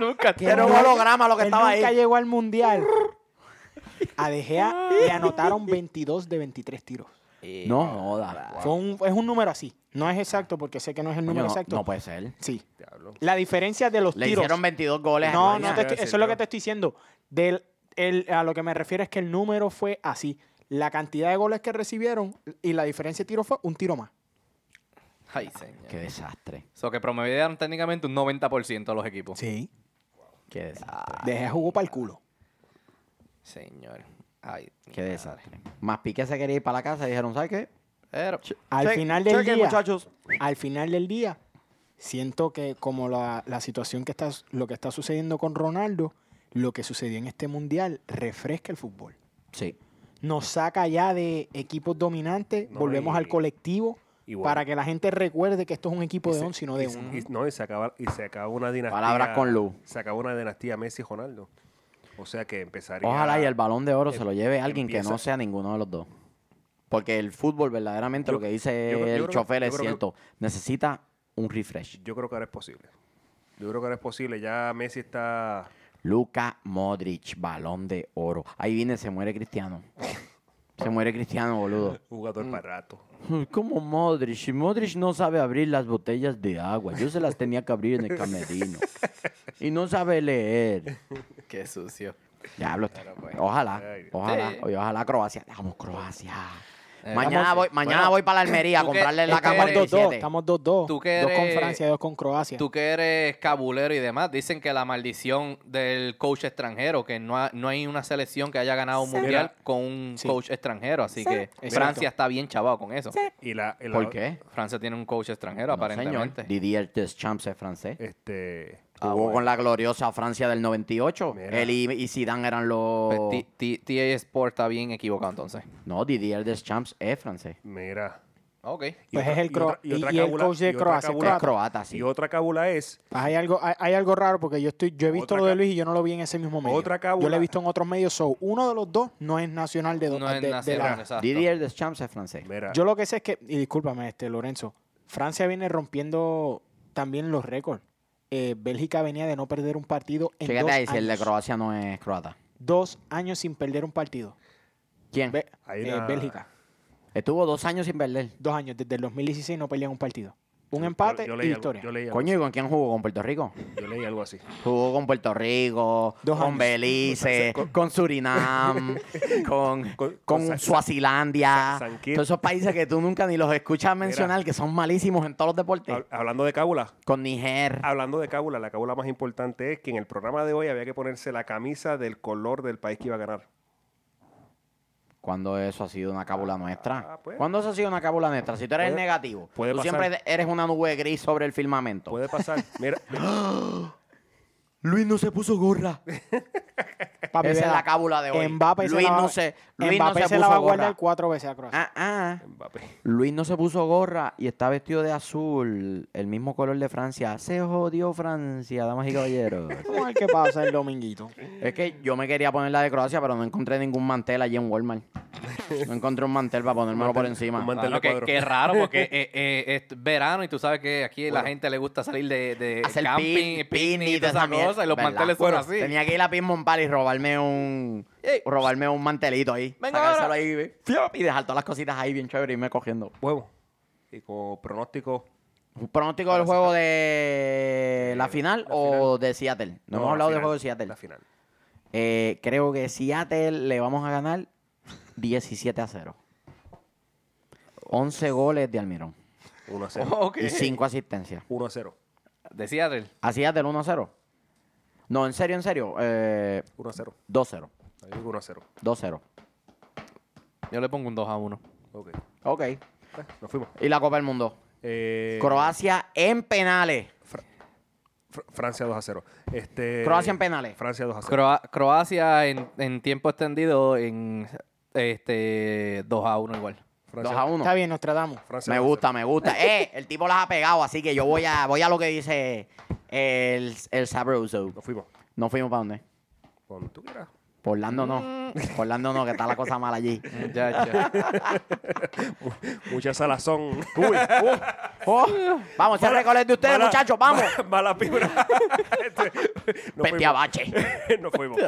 Speaker 3: Nunca
Speaker 4: Que
Speaker 1: Era un
Speaker 4: nunca-
Speaker 1: holograma lo que
Speaker 4: él
Speaker 1: estaba ahí.
Speaker 4: nunca llegó al mundial. A De Gea le anotaron 22 de 23 tiros.
Speaker 3: eh,
Speaker 1: No jodas.
Speaker 4: Fue un- es un número así. No es exacto porque sé que no es el
Speaker 1: Coño,
Speaker 4: número
Speaker 1: no,
Speaker 4: exacto.
Speaker 1: no puede ser.
Speaker 4: Sí.
Speaker 2: Diablo.
Speaker 4: La diferencia de los
Speaker 1: Le
Speaker 4: tiros.
Speaker 1: hicieron 22 goles. a
Speaker 4: no,
Speaker 1: España.
Speaker 4: no te estoy-
Speaker 2: Sí,
Speaker 4: eso es lo que
Speaker 2: creo.
Speaker 4: te estoy diciendo. Del, el- a lo que me refiero es que el número fue así. La cantidad de goles que recibieron y la diferencia de tiro fue un tiro más.
Speaker 3: Ay, señor.
Speaker 1: Qué desastre.
Speaker 3: Ah, So que promediaron técnicamente un 90% a los equipos.
Speaker 4: Sí.
Speaker 1: Qué desastre.
Speaker 4: Dejé jugo para el culo.
Speaker 3: Señor. Ay,
Speaker 1: Qué
Speaker 3: madre.
Speaker 1: desastre. Más pique se quería ir para la casa y dijeron, ¿sabes qué?
Speaker 3: Pero,
Speaker 4: Al
Speaker 1: Che-
Speaker 4: final del
Speaker 1: chequen,
Speaker 4: día.
Speaker 1: muchachos.
Speaker 4: al final del día, siento que como la, la situación que está, lo que está sucediendo con Ronaldo, lo que sucedió en este mundial refresca el fútbol.
Speaker 1: Sí.
Speaker 4: Nos saca ya de equipos dominantes,
Speaker 2: No,
Speaker 4: volvemos
Speaker 2: y-
Speaker 4: al colectivo
Speaker 2: y bueno.
Speaker 4: para que la gente recuerde que esto es un equipo de
Speaker 2: se-
Speaker 4: 11 y no de
Speaker 2: y-
Speaker 4: uno.
Speaker 2: y- no, y se acaba, y se acaba una dinastía.
Speaker 1: Palabras con luz.
Speaker 2: Se acaba una dinastía Messi y Ronaldo. O sea que empezaría.
Speaker 1: Ojalá em- y el balón de oro se lo lleve alguien que
Speaker 2: empieza-
Speaker 1: no sea ninguno de los dos. Porque el fútbol, verdaderamente,
Speaker 2: Yo-
Speaker 1: lo que dice
Speaker 2: yo creo- yo
Speaker 1: el
Speaker 2: creo que-
Speaker 1: chofer
Speaker 2: yo
Speaker 1: es
Speaker 2: creo que-
Speaker 1: cierto. Necesita un refresh.
Speaker 2: Yo creo que ahora es posible. Yo creo que ahora es posible. Ya Messi está.
Speaker 1: Luca Modric, balón de oro. Ahí viene, se muere Cristiano. Se muere Cristiano, boludo.
Speaker 2: Jugador
Speaker 4: Mm.
Speaker 2: para rato.
Speaker 1: Como Modric. Modric no sabe abrir las botellas de agua. Yo se las tenía que abrir en el camerino. Y no sabe leer.
Speaker 3: qué sucio.
Speaker 1: Diablo. Ojalá.
Speaker 2: Ay, Dios.
Speaker 1: Ojalá.
Speaker 3: Sí.
Speaker 1: Oye, ojalá Croacia. Vamos, Croacia.
Speaker 3: Eh,
Speaker 1: mañana voy,
Speaker 3: vamos.
Speaker 1: mañana
Speaker 3: Bueno,
Speaker 1: voy para la Almería a
Speaker 3: tú que-
Speaker 1: comprarle
Speaker 3: tú
Speaker 1: la
Speaker 3: que
Speaker 1: cama
Speaker 4: Estamos
Speaker 1: al
Speaker 3: eres-
Speaker 4: 2-2,
Speaker 1: 17.
Speaker 4: estamos 2-2.
Speaker 3: Tú
Speaker 4: Dos
Speaker 3: que
Speaker 4: con
Speaker 3: eres-
Speaker 4: Francia, dos con Croacia.
Speaker 3: Tú que eres cabulero y demás, dicen que la maldición del coach extranjero, que no, ha- no hay una selección que haya ganado un mundial con un
Speaker 4: Sí.
Speaker 3: coach extranjero, así que
Speaker 4: Exacto.
Speaker 3: Francia está bien chavado con eso.
Speaker 2: Y la, y la-
Speaker 1: ¿Por qué?
Speaker 3: Francia tiene un coach extranjero,
Speaker 1: No,
Speaker 3: aparentemente. Eh, ah,
Speaker 1: señor. Didier Deschamps es francés.
Speaker 2: Este.
Speaker 1: Jugó con la gloriosa Francia del 98.
Speaker 2: Mira.
Speaker 1: Él y, y Zidane eran los...
Speaker 3: Pues, T- T- TA Sport está bien equivocado entonces.
Speaker 1: No, Didier Deschamps es francés.
Speaker 2: Mira.
Speaker 3: Ok.
Speaker 2: Y
Speaker 4: Pues es el cro-
Speaker 2: otra-
Speaker 4: y- y el coach de
Speaker 2: y otra
Speaker 4: Croacia,
Speaker 2: cabula-
Speaker 1: es croata, sí.
Speaker 2: Y otra cábula es.
Speaker 4: Pues hay algo, hay, hay algo raro porque yo estoy, yo he visto
Speaker 2: Otra
Speaker 4: lo de
Speaker 2: ca-
Speaker 4: Luis y yo no lo vi en ese mismo medio.
Speaker 2: otra
Speaker 4: yo lo he
Speaker 2: cábula.
Speaker 4: visto en otros medios. So, uno de los dos no es nacional de, do-
Speaker 3: No es
Speaker 4: de- de
Speaker 3: nacional,
Speaker 4: la,
Speaker 3: exacto.
Speaker 1: Didier Deschamps es francés.
Speaker 2: Mira.
Speaker 4: Yo lo que sé es que, y discúlpame, este Lorenzo, Francia viene rompiendo también los récords. Eh, Bélgica venía de no perder un partido en
Speaker 1: Fíjate
Speaker 4: dos,
Speaker 1: ahí si el de
Speaker 4: años,
Speaker 1: Croacia no es croata.
Speaker 4: dos años sin perder un partido.
Speaker 1: ¿Quién?
Speaker 4: Ve-
Speaker 2: Hay
Speaker 4: eh,
Speaker 2: una-
Speaker 4: Bélgica,
Speaker 1: Estuvo dos años sin perder.
Speaker 4: dos años, desde el 2016 no perdían un partido. Un
Speaker 2: yo-
Speaker 4: empate
Speaker 2: yo
Speaker 4: y
Speaker 2: leí algo-
Speaker 4: victoria.
Speaker 2: yo leí algo
Speaker 1: Coño, ¿y con quién jugó? ¿Con Puerto Rico?
Speaker 2: Yo leí algo así.
Speaker 1: Jugó con Puerto Rico,
Speaker 4: Dos
Speaker 1: con
Speaker 4: años.
Speaker 1: Belice, con Surinam, con,
Speaker 2: Con-
Speaker 1: con
Speaker 2: con San-
Speaker 1: Suazilandia.
Speaker 2: San- San Kitts.
Speaker 1: todos esos países que tú nunca ni los escuchas mencionar, que son malísimos en todos los deportes.
Speaker 2: Hab- Hablando de cábula.
Speaker 1: Con Niger.
Speaker 2: Hablando de cábula, la cábula más importante es que en el programa de hoy había que ponerse la camisa del color del país que iba a ganar.
Speaker 1: Cuando eso ha sido una cábula nuestra?
Speaker 2: ah, pues.
Speaker 1: ¿Cuándo eso ha sido una cábula nuestra? Si tú eres el
Speaker 2: Puede-
Speaker 1: negativo,
Speaker 2: puede
Speaker 1: tú
Speaker 2: pasar.
Speaker 1: siempre eres una nube gris sobre el firmamento.
Speaker 2: Puede pasar. Mira,
Speaker 1: Luis no se puso gorra.
Speaker 4: Papi,
Speaker 1: Esa es
Speaker 4: vela.
Speaker 1: la cábula de hoy.
Speaker 4: Mbappé se
Speaker 1: Luis
Speaker 4: la va-
Speaker 1: no se, Luis no
Speaker 4: Mbappé
Speaker 1: se
Speaker 4: se la va a
Speaker 1: puso
Speaker 4: guardar
Speaker 1: gorra.
Speaker 4: cuatro veces a
Speaker 1: Ah,
Speaker 4: Croacia.
Speaker 1: ah.
Speaker 2: Mbappé.
Speaker 1: Luis no se puso gorra y está vestido de azul, el mismo color de Francia. Se jodió Francia, damas y caballeros.
Speaker 4: Vamos a ver qué pasa el dominguito.
Speaker 1: es que yo me quería poner la de Croacia, pero no encontré ningún mantel allí en Walmart. No encontré un mantel para ponérmelo por
Speaker 2: mantel-
Speaker 1: encima.
Speaker 2: un mantel
Speaker 3: Claro,
Speaker 2: de
Speaker 3: Ah, que,
Speaker 2: cuadro.
Speaker 3: que es raro porque eh, eh, es verano y tú sabes que aquí la
Speaker 2: Bueno.
Speaker 3: gente le gusta salir de, de
Speaker 1: Hacer
Speaker 3: eh, camping,
Speaker 1: pin-
Speaker 3: picnic y
Speaker 1: toda
Speaker 3: todas esas
Speaker 1: mierda,
Speaker 3: cosas y los
Speaker 1: ¿verdad?
Speaker 3: manteles son
Speaker 1: Bueno,
Speaker 3: así.
Speaker 1: Tenía que ir a Piedmont y robarme un
Speaker 3: Ey.
Speaker 1: robarme un mantelito ahí.
Speaker 3: Venga
Speaker 1: sacárselo
Speaker 3: ahora.
Speaker 1: ahí ve, fiop, y dejar todas las cositas ahí bien chévere y irme cogiendo.
Speaker 2: Huevo. Y como pronóstico,
Speaker 1: ¿Un pronóstico del juego
Speaker 3: Eh,
Speaker 1: de la final
Speaker 2: la
Speaker 1: o de Seattle? No, hemos
Speaker 2: la
Speaker 1: hablado del
Speaker 2: final,
Speaker 1: juego de Seattle.
Speaker 2: La final.
Speaker 1: Eh, creo que Seattle le vamos a ganar 17 a 0. 11 goles de Almirón
Speaker 2: 1 a 0.
Speaker 3: Ok.
Speaker 1: y 5 asistencias.
Speaker 2: 1 a 0.
Speaker 3: De Seattle.
Speaker 1: ¿A Seattle 1 a 0? No, en serio, en serio. Eh,
Speaker 2: 1 a 0.
Speaker 1: 2 0.
Speaker 2: Ahí digo 1 a 0.
Speaker 1: 2 0.
Speaker 3: Yo le pongo un 2 a 1.
Speaker 2: Ok.
Speaker 1: Ok.
Speaker 2: Eh, Nos fuimos.
Speaker 1: ¿Y la Copa del Mundo?
Speaker 2: Eh,
Speaker 1: Croacia en penales.
Speaker 2: Fr- Francia 2 a 0. Este,
Speaker 1: Croacia en penales.
Speaker 2: Francia 2 a 0.
Speaker 3: Croa- Croacia en, en tiempo extendido en este 2 a 1 igual.
Speaker 1: 2 a 1.
Speaker 4: Está bien, nos tratamos.
Speaker 2: Francia
Speaker 1: Me
Speaker 2: 2 a
Speaker 1: gusta, me gusta. Eh, el tipo las ha pegado, así que yo voy a, voy a lo que dice el, el Sabroso.
Speaker 2: 0. Nos fuimos.
Speaker 1: ¿No fuimos para dónde?
Speaker 2: Cuando tú quieras.
Speaker 1: Por Orlando no. Por Orlando no, que está la cosa mala allí.
Speaker 3: Ya, ya.
Speaker 2: Mucha salazón.
Speaker 1: Oh, vamos, ese récord es de ustedes,
Speaker 2: Mala-
Speaker 1: muchachos, vamos.
Speaker 2: Mala, mala vibra. Este, nos
Speaker 1: Peste abache.
Speaker 2: fuimos. Nos fuimos.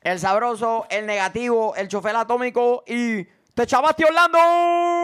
Speaker 1: El sabroso, el negativo, el chofer atómico y. ¡Te chavaste Orlando!